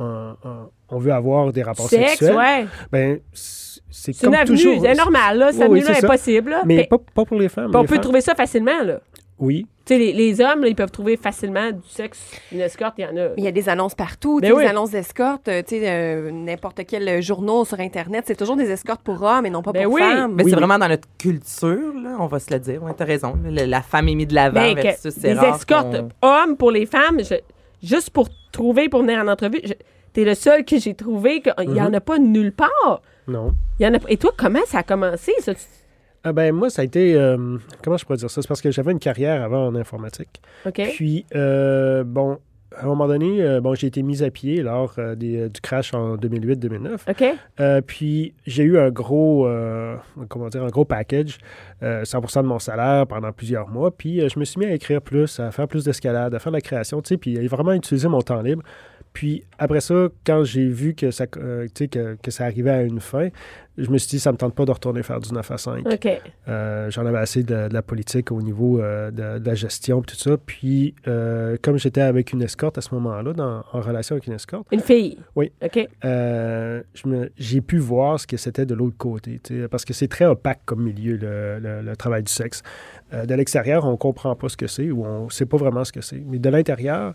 un- un- on veut avoir des rapports euh, sexe, sexuels. ouais. Ben, c- c'est C'est une comme avenue, toujours. c'est normal, là. Cette Oui, oui, avenue-là c'est est ça. possible, là. Mais Puis- pas, pas pour les femmes. puis on Les peut femmes- trouver ça facilement, là. Oui. Tu sais, les, les hommes, là, ils peuvent trouver facilement du sexe, une escorte, il y en a. Il y a des annonces partout, tu Ben sais, oui. des annonces d'escorte, euh, tu sais, euh, n'importe quel journal sur Internet, c'est toujours des escortes pour hommes et non pas Ben pour oui. femmes. Mais Oui, c'est mais- vraiment dans notre culture, là, on va se le dire. Ouais, t'as raison. Le- la femme est mise de l'avant Ben, que versus c'est des rare escortes qu'on- hommes pour les femmes, je- juste pour trouver, pour venir en entrevue, je- t'es le seul que j'ai trouvé, qu'il n'y Mm-hmm. en a pas nulle part. Non. Il y en a, pas- et toi, comment ça a commencé, ça? Tu- Ah ben moi, ça a été... euh, comment je pourrais dire ça? C'est parce que j'avais une carrière avant en informatique. OK? Puis, euh, bon, à un moment donné, euh, bon, j'ai été mise à pied lors euh, des- euh, du crash en 2008-2009. OK? Euh, puis, j'ai eu un gros, euh, comment dire, un gros package, euh, 100 de mon salaire pendant plusieurs mois. Puis, euh, je me suis mis à écrire plus, à faire plus d'escalade, à faire de la création, tu sais, puis à vraiment utiliser mon temps libre Puis après ça, quand j'ai vu que ça, euh, tu sais, que, que ça arrivait à une fin, je me suis dit, ça me tente pas de retourner faire du 9 à 5. OK. Euh, J'en avais assez de, de la politique au niveau euh, de, de la gestion et tout ça. Puis, euh, comme j'étais avec une escorte à ce moment-là, dans- en relation avec une escorte, Une fille. Oui. Ben, OK. euh, je me- j'ai pu voir ce que c'était de l'autre côté. tu sais, Parce que c'est très opaque comme milieu, le, le- le travail du sexe. Euh, de l'extérieur, on comprend pas ce que c'est ou on sait pas vraiment ce que c'est. Mais de l'intérieur,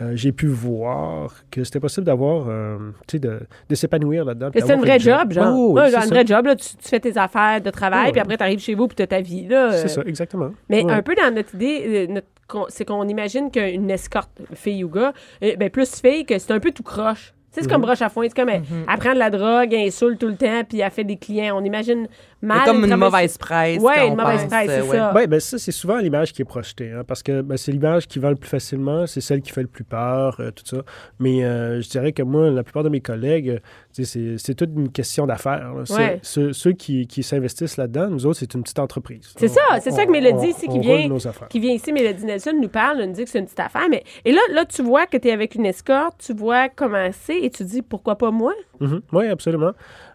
euh, j'ai pu voir que c'était possible d'avoir, euh, tu sais, de, de s'épanouir là-dedans. puis Que c'est un d'avoir vrai job, genre. Oh, oui, Ouais, c'est genre, un ça. vrai job, là, tu, tu fais tes affaires de travail, Ouais. puis après, tu arrives chez vous, puis tu ta vie. Là, euh, C'est ça, exactement. Mais Ouais. un peu dans notre idée, euh, notre con- c'est qu'on imagine qu'une escorte, fille ou gars, euh, ben plus fille, que c'est un peu tout croche. Tu sais, Mhm. C'est comme broche à foin, c'est comme elle, elle prend de la drogue, elle insulte tout le temps, puis elle fait des clients. On imagine mal. C'est comme une travaille- mauvaise presse. Ouais, quand une on mauvaise pense, presse, euh, c'est ouais. ça. Oui, ben ça, c'est souvent l'image qui est projetée, hein, parce que ben, c'est l'image qui vend le plus facilement, c'est celle qui fait le plus peur, euh, tout ça. Mais euh, je dirais que moi, la plupart de mes collègues, euh, tu sais, c'est c'est toute une question d'affaires. là. C'est- Ouais. Ceux, ceux qui, qui s'investissent là-dedans, nous autres, c'est une petite entreprise. C'est On- ça, c'est ça que on- Mélodie, on- ici, qui on vient- roule nos Ben, affaires. qui vient ici, Mélodie Nelson, nous parle, nous dit que c'est une petite affaire. Mais... Et là, là, tu vois que tu es avec une escorte, tu vois comment c'est, et tu dis pourquoi pas moi? Mhm. Oui, absolument.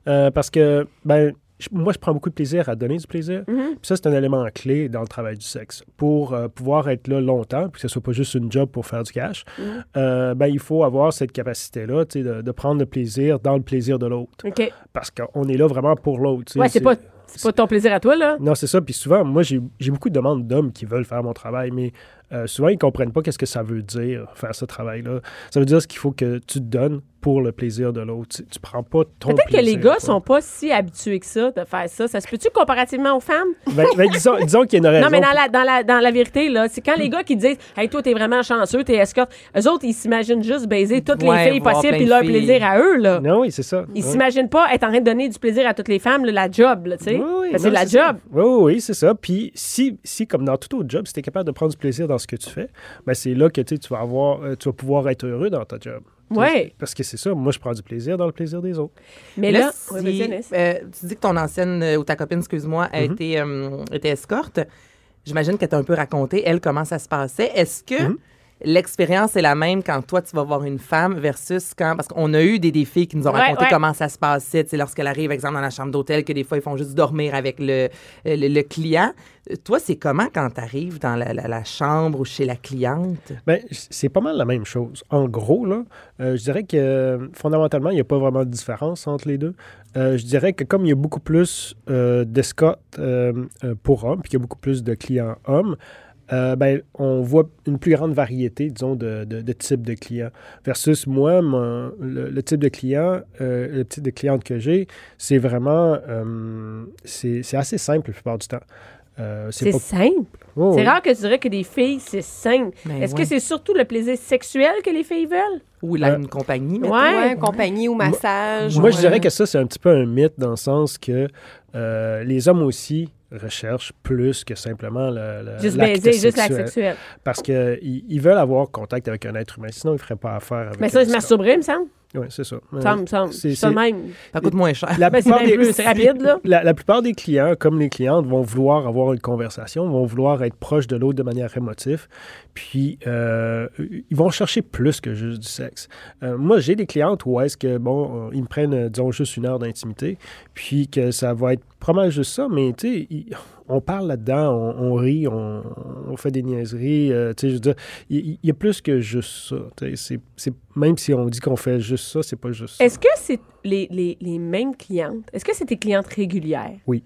Euh, parce que, ben, je- moi, je prends beaucoup de plaisir à donner du plaisir. Mhm. Puis ça, c'est un élément clé dans le travail du sexe. Pour euh, pouvoir être là longtemps, puis que ce soit pas juste une job pour faire du cash, Mhm. euh, ben, il faut avoir cette capacité-là, tu sais, de, de prendre le plaisir dans le plaisir de l'autre. OK. Parce qu'on est là vraiment pour l'autre. tu sais. Ouais, c'est pas, c'est pas ton plaisir à toi, là. Non, c'est ça. Puis souvent, moi, j'ai j'ai beaucoup de demandes d'hommes qui veulent faire mon travail, mais euh, souvent, ils comprennent pas qu'est-ce que ça veut dire, faire ce travail-là. Ça veut dire ce qu'il faut que tu te donnes pour le plaisir de l'autre. Tu, tu prends pas ton Peut-être que les plaisir, gars quoi. sont pas si habitués que ça de faire ça. Ça se peut-tu comparativement aux femmes? Ben, ben, disons disons qu'il y en aurait Non, mais dans la, dans, la, dans la vérité, là, c'est quand les gars qui disent Hey, toi, t'es vraiment chanceux, t'es escorte, eux autres, ils s'imaginent juste baiser toutes Ouais, les filles voir possibles plein puis de leur filles. plaisir à eux, là. Non, oui, c'est ça. Ils Ouais. s'imaginent pas être en train de donner du plaisir à toutes les femmes, là, la job, là, tu sais. Oui, oui, Ben, c'est non, la ça. job. Oui, oui, oui, c'est ça. Puis si, si, comme dans tout autre job, si tu es capable de prendre du plaisir dans ce que tu fais, ben, c'est là que tu sais, tu vas, avoir, euh, tu vas pouvoir être heureux dans ta job. Ouais. Parce que c'est ça, moi je prends du plaisir dans le plaisir des autres. Mais Là, là, si, Ouais, vas-y, Anaïs. euh, tu dis que ton ancienne, euh, ou ta copine, excuse-moi, a été, euh, était escorte. J'imagine qu'elle t'a un peu raconté, elle, comment ça se passait. Est-ce que l'expérience est la même quand toi, tu vas voir une femme versus quand... Parce qu'on a eu des défis qui nous ont Ouais, raconté ouais. comment ça se passait, tu sais, lorsqu'elle arrive, exemple, dans la chambre d'hôtel, que des fois, ils font juste dormir avec le, euh, le, le client. Euh, Toi, c'est comment quand tu arrives dans la, la- la chambre ou chez la cliente? Ben, c'est pas mal la même chose. En gros, là, euh, je dirais que euh, fondamentalement, il n'y a pas vraiment de différence entre les deux. Euh, je dirais que comme il y a beaucoup plus euh, d'escortes euh, euh, pour hommes, puis qu'il y a beaucoup plus de clients hommes, euh, ben, on voit une plus grande variété, disons, de, de, de types de clients. Versus moi, mon- le, le type de client, euh, le type de cliente que j'ai, c'est vraiment, euh, c'est c'est assez simple la plupart du temps. Euh, C'est pas- simple. Oh, C'est oui. rare que tu dirais que des filles, c'est simple. Ben Est-ce ouais. que c'est surtout le plaisir sexuel que les filles veulent? Ou la, Euh, une compagnie, mais Ouais. Ouais, compagnie ou euh, massage. Moi, je ouais. dirais que ça, c'est un petit peu un mythe dans le sens que euh, les hommes aussi recherchent plus que simplement le, le- Juste Euh, l'acte baiser, juste l'acte sexuel. sexuel. Parce qu'ils ils veulent avoir contact avec un être humain, sinon ils ne feraient pas affaire avec Mais ça, un je escorte. masturberais, il me semble. Oui, c'est ça. Il Euh, me semble, c'est- C'est ça de c'est- même. ça coûte moins cher. *laughs* la Ben, c'est plupart bien plus rapide, là. La, la plupart des clients, comme les clientes, vont vouloir avoir une conversation, vont vouloir être proches de l'autre de manière émotive, puis euh, ils vont chercher plus que juste du sexe. Euh, moi, j'ai des clientes où est-ce que, bon, euh, ils me prennent, euh, disons, juste une heure d'intimité, puis que ça va être pas mal juste ça, mais tu sais, ils- on parle là-dedans, on, on rit, on, on fait des niaiseries, euh, tu sais, je veux dire, il il y, a plus que juste ça. tu sais, c'est- c'est- même si on dit qu'on fait juste ça, c'est pas juste ça. Est-ce que c'est les, les- les mêmes clientes? Est-ce que c'est tes clientes régulières? Oui.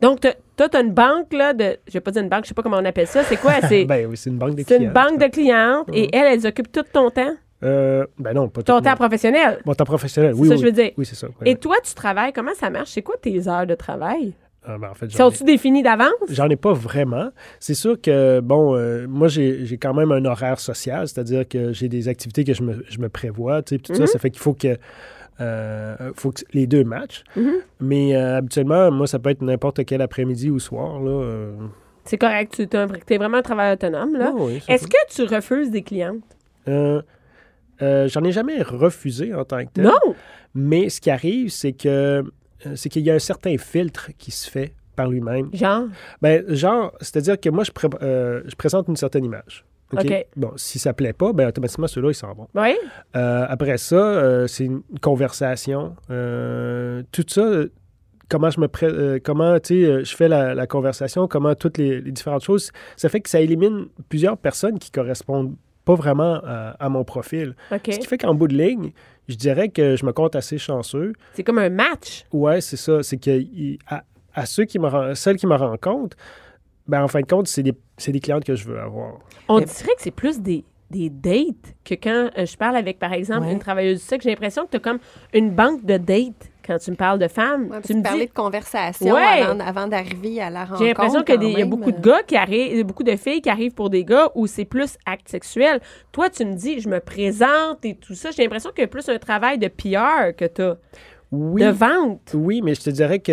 Donc, t'as- toi, tu as une banque, là, de. Je vais pas dire une banque, je sais pas comment on appelle ça. C'est *laughs* quoi? C'est Ben Mhm. oui, c'est une banque de c'est clients. une banque de clientes et elles, elles occupent tout ton temps, Euh, ben non, pas ton tout. temps professionnel. Mon temps professionnel, C'est oui. ça que oui. je veux dire. Oui, c'est ça. ouais, Et ouais. toi, tu travailles, comment ça marche? C'est quoi tes heures de travail? Ah, ben, en fait, j'en ai- Sont-tu définies d'avance? J'en ai pas vraiment. C'est sûr que, bon, euh, moi, j'ai j'ai quand même un horaire social, c'est-à-dire que j'ai des activités que je me, je me prévois, tu sais, puis tout ça. Mm-hmm. Ça fait qu'il faut que. euh, faut que les deux matchs. Mm-hmm. Mais euh, habituellement, moi, ça peut être n'importe quel après-midi ou soir. Là, euh. C'est correct, tu es vraiment un travail autonome, là. Ouais, ouais, ça Est-ce que tu refuses des clientes? peut. Euh, euh, J'en ai jamais refusé en tant que tel. Non! Mais ce qui arrive, c'est que euh, c'est qu'il y a un certain filtre qui se fait par lui-même. Genre, Ben, genre, c'est-à-dire que moi, je, pré- euh, je présente une certaine image. OK? OK. Bon, si ça plaît pas, ben automatiquement, ceux-là, ils s'en vont. Oui? Euh, après ça, euh, c'est une conversation. Euh, tout ça, euh, comment je me pré- euh, comment tu sais, euh, je fais la, la conversation, comment toutes les, les différentes choses, ça fait que ça élimine plusieurs personnes qui correspondent pas vraiment à, à mon profil. OK. Ce qui fait qu'en bout de ligne, je dirais que je me compte assez chanceux. C'est comme un match. Ouais, c'est ça. C'est que il- à, à ceux qui me ren- celles qui me rencontrent, ben en fin de compte, c'est des, c'est des clientes que je veux avoir. On Mais- dirait que c'est plus des, des dates que quand euh, je parle avec, par exemple, Ouais. une travailleuse du sexe. J'ai l'impression que tu as comme une banque de dates quand tu me parles de femmes. Ouais, tu tu me dis. parlais de conversation Ouais. avant, avant d'arriver à la rencontre. J'ai l'impression quand qu'il y a même. euh, beaucoup de gars qui arrivent, beaucoup de filles qui arrivent pour des gars où c'est plus acte sexuel. Toi, tu me dis, je me présente et tout ça. J'ai l'impression qu'il y a plus un travail de PR que tu as, Oui. de vente. Oui, mais je te dirais que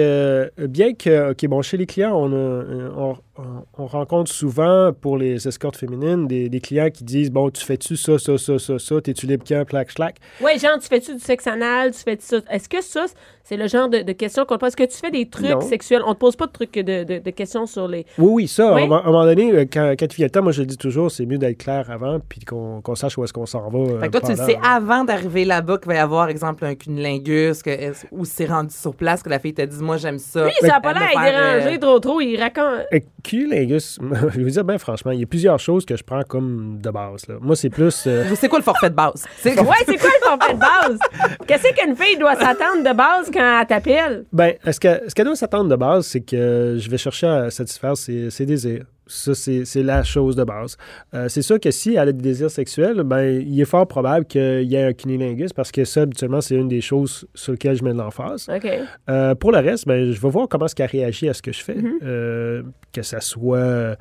euh, bien que, OK, bon, chez les clients, on, a, euh, on, on- on rencontre souvent pour les escortes féminines des, des clients qui disent, bon, tu fais-tu ça, ça, ça, ça, ça, t'es-tu libre qu'un, plaque, schlac. Ouais, genre, tu fais-tu du sexe anal, tu fais ça. Est-ce que ça, c'est le genre de, de questions qu'on te pose? Est-ce que tu fais des trucs Non. sexuels? On te pose pas de trucs de, de- de questions sur les. Oui, oui, ça, Oui. à un moment- à un moment donné, euh, quand, quand il vient le temps, moi, je le dis toujours, c'est mieux d'être clair avant, puis qu'on qu'on sache où est-ce qu'on s'en va. euh, Fait que toi, tu le pendant, sais hein. avant d'arriver là-bas qu'il va y avoir, exemple, un cunilingus que, est-ce- ou c'est rendu sur place que la fille t'a dit, moi, j'aime ça. Lui, ça a Euh, pas me l'air faire, dérangé trop trop. Il raconte. Euh, Cunilingus, *laughs* je vais vous dire, ben franchement, il y a plusieurs choses que je prends comme de base. là. Moi, c'est plus. euh, *laughs* euh, C'est quoi le forfait de base? C'est Ouais, *laughs* c'est quoi le forfait de base? Qu'est-ce qu'une fille doit s'attendre de base quand elle t'appelle? Ben, ce que- ce qu'elle doit s'attendre de base, c'est que je vais chercher à satisfaire ses, ses désirs. Ça, c'est c'est la chose de base. Euh, c'est sûr que si elle a des désirs sexuels, ben, il est fort probable qu'il y ait un cunilingus parce que ça, habituellement, c'est une des choses sur lesquelles je mets de l'emphase. OK. Euh, pour le reste, ben, je vais voir comment est-ce qu'elle réagit à ce que je fais. Mhm. Euh, que ça soit, euh,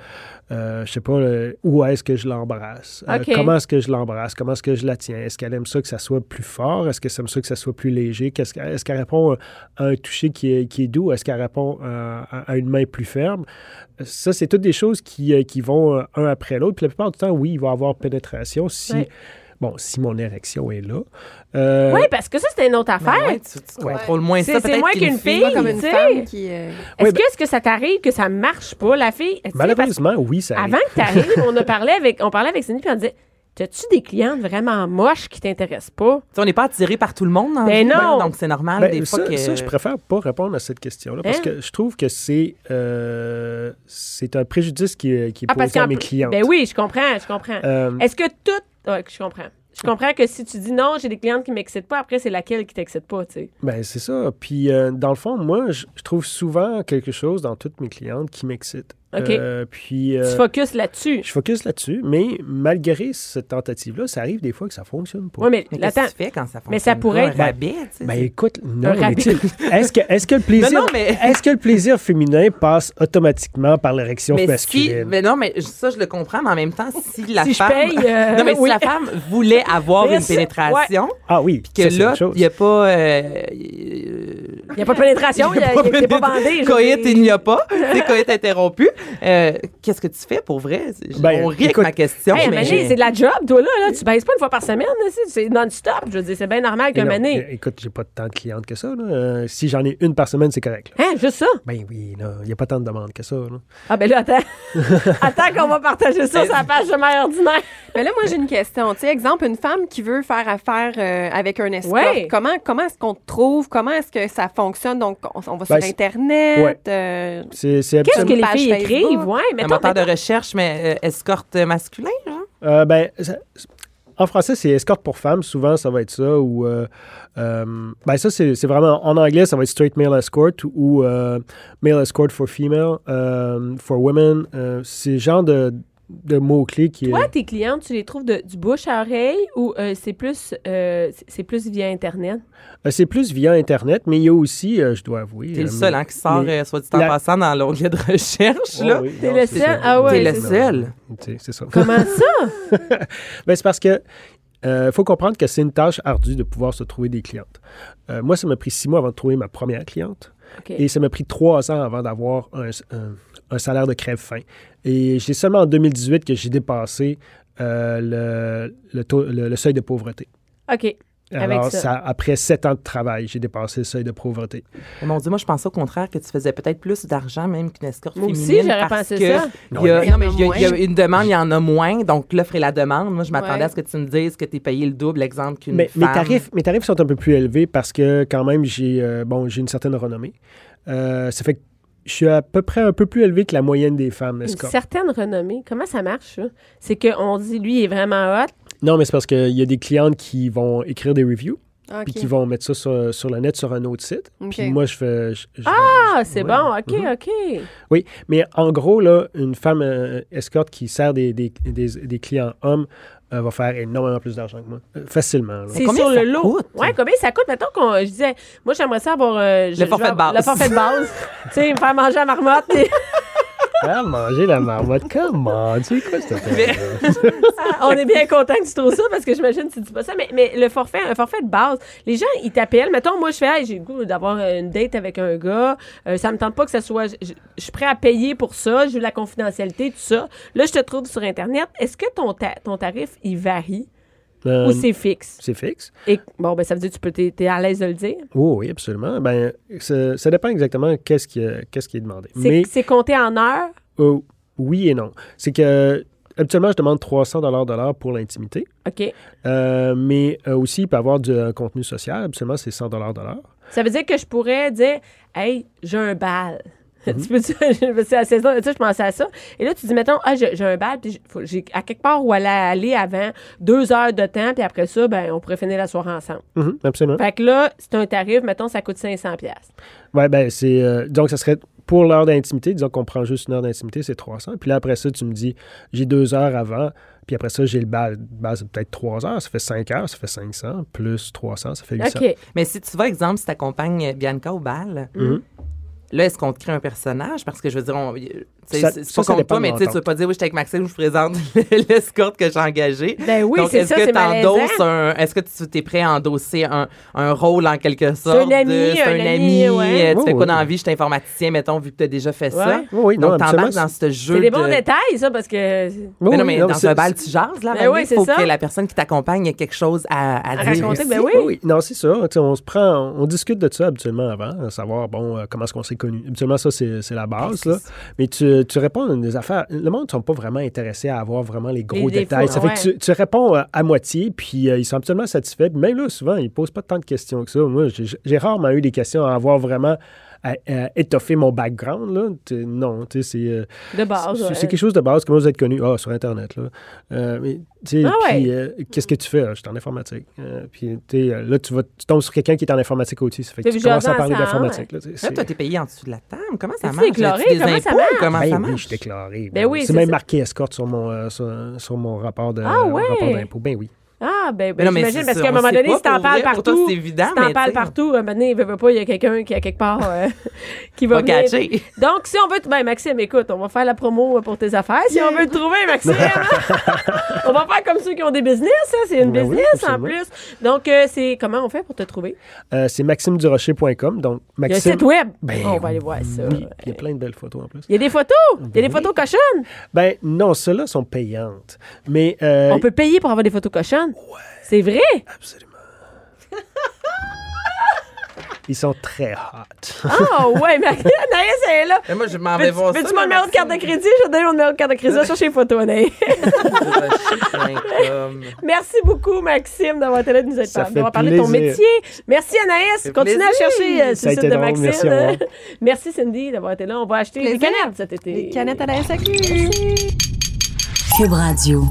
euh, je sais pas, le- où est-ce que je l'embrasse? Euh, OK. comment est-ce que je l'embrasse? Comment est-ce que je la tiens? Est-ce qu'elle aime ça que ça soit plus fort? Est-ce que ça aime ça que ça soit plus léger? Qu'est-ce que- est-ce qu'elle répond à un toucher qui est, qui est doux? Est-ce qu'elle répond euh, à, à une main plus ferme? Ça, c'est toutes des choses qui, euh, qui vont euh, un après l'autre. Puis la plupart du temps, oui, il va y avoir pénétration si... Ouais. Bon, si mon érection est là. Euh, Oui, parce que ça, c'est une autre affaire. Ben ouais, tu, tu contrôles moins C'est- ça. c'est peut-être moins qu'une qu'une C'est fille. pas comme une tu sais. femme qui. euh, Est-ce Ouais, ben que, est-ce que ça t'arrive que ça marche pas, la fille? Tu sais, parce Malheureusement, oui, ça que arrive. Avant que t'arrives, on a parlé avec, on parlait avec Cindy puis on disait, T'as-tu des clientes vraiment moches qui t'intéressent pas? Tu sais, on n'est pas attiré par tout le monde. dans la Ben vie, non. donc c'est normal Ben, des ça, fois que. ça, je préfère pas répondre à cette question-là parce Hein? que je trouve que c'est euh, c'est un préjudice qui, est- qui est Ah, parce posé qu'en à mes Euh, plus- clients. Ben oui, je comprends, je comprends. Est-ce que toutes. Ouais, je comprends. Je comprends que si tu dis non, j'ai des clientes qui m'excitent pas, après, c'est laquelle qui t'excite pas, tu sais. Ben, c'est ça. Puis, euh, dans le fond, moi, je, je trouve souvent quelque chose dans toutes mes clientes qui m'excite. OK. Euh, puis, euh, Tu focuses là-dessus. je focus là-dessus, mais malgré cette tentative-là, ça arrive des fois que ça fonctionne pas. Oui, mais, Mais qu'est-ce attends. que tu fais quand ça fonctionne Mais ça pourrait pas, être- un rabais, tu sais, Ben c'est- écoute, non, Un mais rabais. tu- est-ce que, est que, le plaisir- *laughs* non, mais- est-ce que le plaisir féminin passe automatiquement par l'érection mais si, masculine? mais non, mais je- ça, je le comprends, mais en même temps, si la Si je femme. paye, euh, *laughs* non, mais oui. si la femme voulait avoir Mais une ça- pénétration, Ah oui, que ça, c'est là, autre chose. il n'y a pas. euh, y- Il n'y a pas de pénétration, il y n'y a, pas il y a- t'es pas pénétration. bandé. je veux Coït, dire. il n'y a pas. C'est coït interrompu. Euh, Qu'est-ce que tu fais pour vrai? Je- Ben, On rit avec écoute- ma question. Hey, mais- Mané, c'est de la job, toi, là. là. Tu baises pas une fois par semaine, là, c'est- c'est non-stop. Je veux dire, c'est bien normal Mais qu'un non, mané. é- Écoute, j'ai pas tant de clientes que ça. là. Euh, si j'en ai une par semaine, c'est correct. là. Hein, juste ça? Ben oui, il n'y a pas tant de demandes que ça. là. Ah, ben là, attends. *laughs* attends qu'on va partager Ben, ça sur la page de mère ordinaire. Mais ben là, moi, j'ai une question. Tu sais, exemple, une femme qui veut faire affaire euh, avec un escorte, Ouais. comment, comment est-ce qu'on te trouve? Comment est-ce que ça fonctionne? Donc, on, on va Ben, sur c'est- Internet. Ouais. euh, C'est, c'est Qu'est-ce Une que absolument- les page filles Facebook. écrivent? Ouais, mais Un moteur de recherche, mais euh, escorte masculin, genre? Euh, ben, ça- en français, c'est escorte pour femmes. Souvent, ça va être ça. Ou, euh, euh, ben ça, c'est, c'est vraiment... En anglais, ça va être straight male escort ou euh, male escort for female, euh, for women. Euh, c'est le genre de, de mots-clés qui... Toi, tes clientes, tu les trouves de- du bouche à oreille ou euh, c'est plus, euh, c'est- c'est plus via *laughs* Internet? Euh, c'est plus via Internet, mais il y a aussi, euh, je dois avouer... T'es le euh, seul hein, qui sort, mais- euh, soit dit en la- passant, dans l'onglet de recherche. Oh là. oui, T'es non, le c'est seul? ça. Ah ouais, T'es le c'est- seul. Tu sais, C'est ça. Comment ça? Ben, c'est parce que euh, faut comprendre que c'est une tâche ardue de pouvoir se trouver des clientes. Euh, moi, ça m'a pris six mois avant de trouver ma première cliente OK. et ça m'a pris trois ans avant d'avoir un, un- un salaire de crève faim. Et c'est seulement en 2018 que j'ai dépassé euh, le, le taux- le- le seuil de pauvreté. OK. Avec Alors, ça. ça, après sept ans de travail, j'ai dépassé le seuil de pauvreté. Mon Dieu, moi, je pensais au contraire que tu faisais peut-être plus d'argent même qu'une escorte Moi aussi, féminine. j'aurais parce pensé que ça. il y a- Il y en non, mais a il y, a- il y a moins. une demande, il y en a moins. Donc, l'offre et la demande. Moi, je m'attendais Ouais. à ce que tu me dises que tu es payé le double, exemple, qu'une Mais femme. mes tarifs, mes tarifs sont un peu plus élevés parce que quand même, j'ai euh, bon, j'ai une certaine renommée. Euh, ça fait que je suis à peu près un peu plus élevé que la moyenne des femmes Une escortes. certaine renommée. Comment ça marche, ça? C'est qu'on dit, lui, il est vraiment hot. Non, mais c'est parce qu'il y a des clientes qui vont écrire des reviews OK. puis qui vont mettre ça sur, sur le net sur un autre site. Puis OK. moi, je fais. je- je- Ah, c'est Ouais. bon, OK, Mm-hmm. Mhm. OK. Oui, mais en gros, là, une femme euh, escorte qui sert des, des, des- des clients hommes euh, va faire énormément plus d'argent que moi. Euh, facilement. là. C'est combien sur ça le lot. coûte? Ouais, combien ça coûte? Mettons qu'on, je disais, moi, j'aimerais ça avoir. euh, je- Le forfait je vais- de base. Le forfait de *laughs* base. tu sais, me faire manger à marmotte. et- Ah, manger la marmotte, comment? Tu sais quoi, cette affaire-là? *laughs* on est bien content que tu trouves ça parce que j'imagine que tu dis pas ça. Mais, mais le forfait, un forfait de base, les gens, ils t'appellent. Mettons, moi, je fais, Hey, j'ai le goût d'avoir une date avec un gars. Euh, ça me tente pas que ça soit. je- Je je suis prêt à payer pour ça. J'ai eu la confidentialité, tout ça. Là, je te trouve sur Internet. Est-ce que ton, ta- ton tarif, il varie *laughs* Euh, ou c'est fixe? c'est fixe. Et, bon, ben, ça veut dire que tu peux, t'es, t'es à l'aise de le dire. Oh, oui, absolument. Ben, ça, ça dépend exactement qu'est-ce qui, euh, qu'est-ce qui est demandé. C'est, Mais c'est compté en heures. euh, oui et non. C'est que euh, habituellement, je demande 300 dollars de l'heure pour l'intimité, OK. Euh, mais euh, aussi, il peut y avoir du euh, contenu social. Habituellement, c'est 100 dollars de l'heure. Ça veut dire que je pourrais dire Hey, j'ai un bal. *laughs* Mhm. tu peux je me suis assise là, tu sais, je pensais à ça. Et là, tu dis, mettons, ah, j'ai j'ai un bal, puis j'ai- faut- j'ai à quelque part où aller, aller avant deux heures de temps, puis après ça, ben, on pourrait finir la soirée ensemble. Mhm, absolument. Fait que là, c'est un tarif, mettons, ça coûte 500$. piastres. Ouais, ben, c'est. euh, donc, ça serait pour l'heure d'intimité. Disons qu'on prend juste une heure d'intimité, c'est 300. Puis là, après ça, tu me dis, j'ai deux heures avant. Puis après ça, j'ai le bal. Le bal, c'est peut-être trois heures. Ça fait cinq heures, ça fait 500. Plus 300, ça fait 800. OK. Mais si tu vas, exemple, si tu accompagnes Bianca au bal, Mhm. là, est-ce qu'on te crée un personnage? Parce que je veux dire, on- tu sais, Ça- c'est c'est ça, pas ça contre dépend toi, de mais tu sais, tu l'entente. veux pas dire, oui, j'étais avec Maxime, je vous présente *laughs* l'escorte que j'ai engagée. Ben oui, Donc, c'est est-ce ça, que c'est t'endosses malaisant. un- Est-ce que tu t'es prêt à endosser un, un rôle en quelque sorte? un ami, de- c'est un ami, ouais. euh, Tu Oui, fais quoi oui. dans la vie? Je suis informaticien, mettons, vu que tu as déjà fait ça. Ouais. Oui, oui, non, Donc, t'embarques absolument, dans ce jeu C'est des de- bons détails, ça, parce que. Oui, mais non, oui, mais dans c'est- un bal, tu jases, là. Ben Il oui, c'est faut ça. que la personne qui t'accompagne ait quelque chose à, à À dire. raconter, aussi. ben oui. Ah Non, c'est ça. Tu sais, on se prend, on, on discute de ça habituellement avant, à savoir bon euh, comment est-ce qu'on s'est connu. Habituellement, ça c'est c'est la base. Là. Mais tu, tu réponds à des affaires. Le monde ne sont pas vraiment intéressés à avoir vraiment les gros Les défauts, détails. ça fait ouais. que tu, tu réponds euh, à moitié, puis euh, ils sont absolument satisfaits. Puis même là, souvent, ils posent pas tant de questions que ça. Moi, j'ai- j'ai rarement eu des questions à avoir vraiment à, à étoffer mon background. Là. Tu- non, tu sais, c'est euh, De base. c'est- ouais. c'est quelque chose de base. Comment vous êtes connu? Ah, sur Internet, là. Euh, mais, tu sais, Ah ouais. puis, euh, qu'est-ce que tu fais? Ah, Je suis en informatique. Euh, puis, tu sais, euh, là, tu, vas, tu tombes sur quelqu'un qui est en informatique aussi. Ça fait que T'as tu vu commences à jaser parler ensemble, d'informatique. là, tu sais, Là, toi, c'est- t'es payé en dessous de la table. Comment ça C'est-tu marche? déclaré? As-tu des Comment ça impôts? marche? Comment Ben ça oui, je marche? suis déclaré. Ben oui, c'est c'est même ça. marqué escorte sur mon, euh, sur, sur mon rapport de Ah ouais? rapport d'impôt. Ben oui. Ah, ben, ben Mais non, mais j'imagine, c'est parce ça, qu'à un on moment sait donné, pas, si t'en pour parles vrai, pour toi, partout, c'est évident, si t'en mais parles t'sais. partout, un moment donné, il veut veut pas, il y a quelqu'un qui, à quelque part, euh, qui va Va venir. catcher. Donc, si on veut... t- Ben, Maxime, écoute, on va faire la promo euh, pour tes affaires. Si on veut te trouver, Maxime, *laughs* on va faire comme ceux qui ont des business, hein, c'est une Ben oui, business en absolument. plus. Donc, euh, c'est... Comment on fait pour te trouver? Euh, c'est maximedurocher.com. Donc, Il y a un Maxime. site web. Ben on va aller voir ça. oui, puis il y a plein de belles photos en plus. Il y a des photos. Il y a des photos cochonnes. Ben non, celles-là sont payantes. Mais euh, On peut payer pour avoir des photos cochonnes. C'est vrai? *laughs* ils sont très hot. Ah ouais, mais Anaïs, elle est là. Mais moi, je m'en vais Veux-tu voir ça. veux-tu mon numéro de carte de crédit? Je vais te donner mon numéro de carte de crédit. sur chez photos, Anaïs. *laughs* crédit. Merci beaucoup, Maxime, d'avoir été là de nous être Ça par- fait d'avoir parlé de ton plaisir. métier. Merci, Anaïs. fait Continue à plaisir. chercher euh, sur Ça le site a été de drôle. Maxime. Merci, au revoir. *laughs* Merci, Cindy, d'avoir été là. On va acheter des Plaisir. canettes cet été. Des canettes à la SAQ. Cube Radio.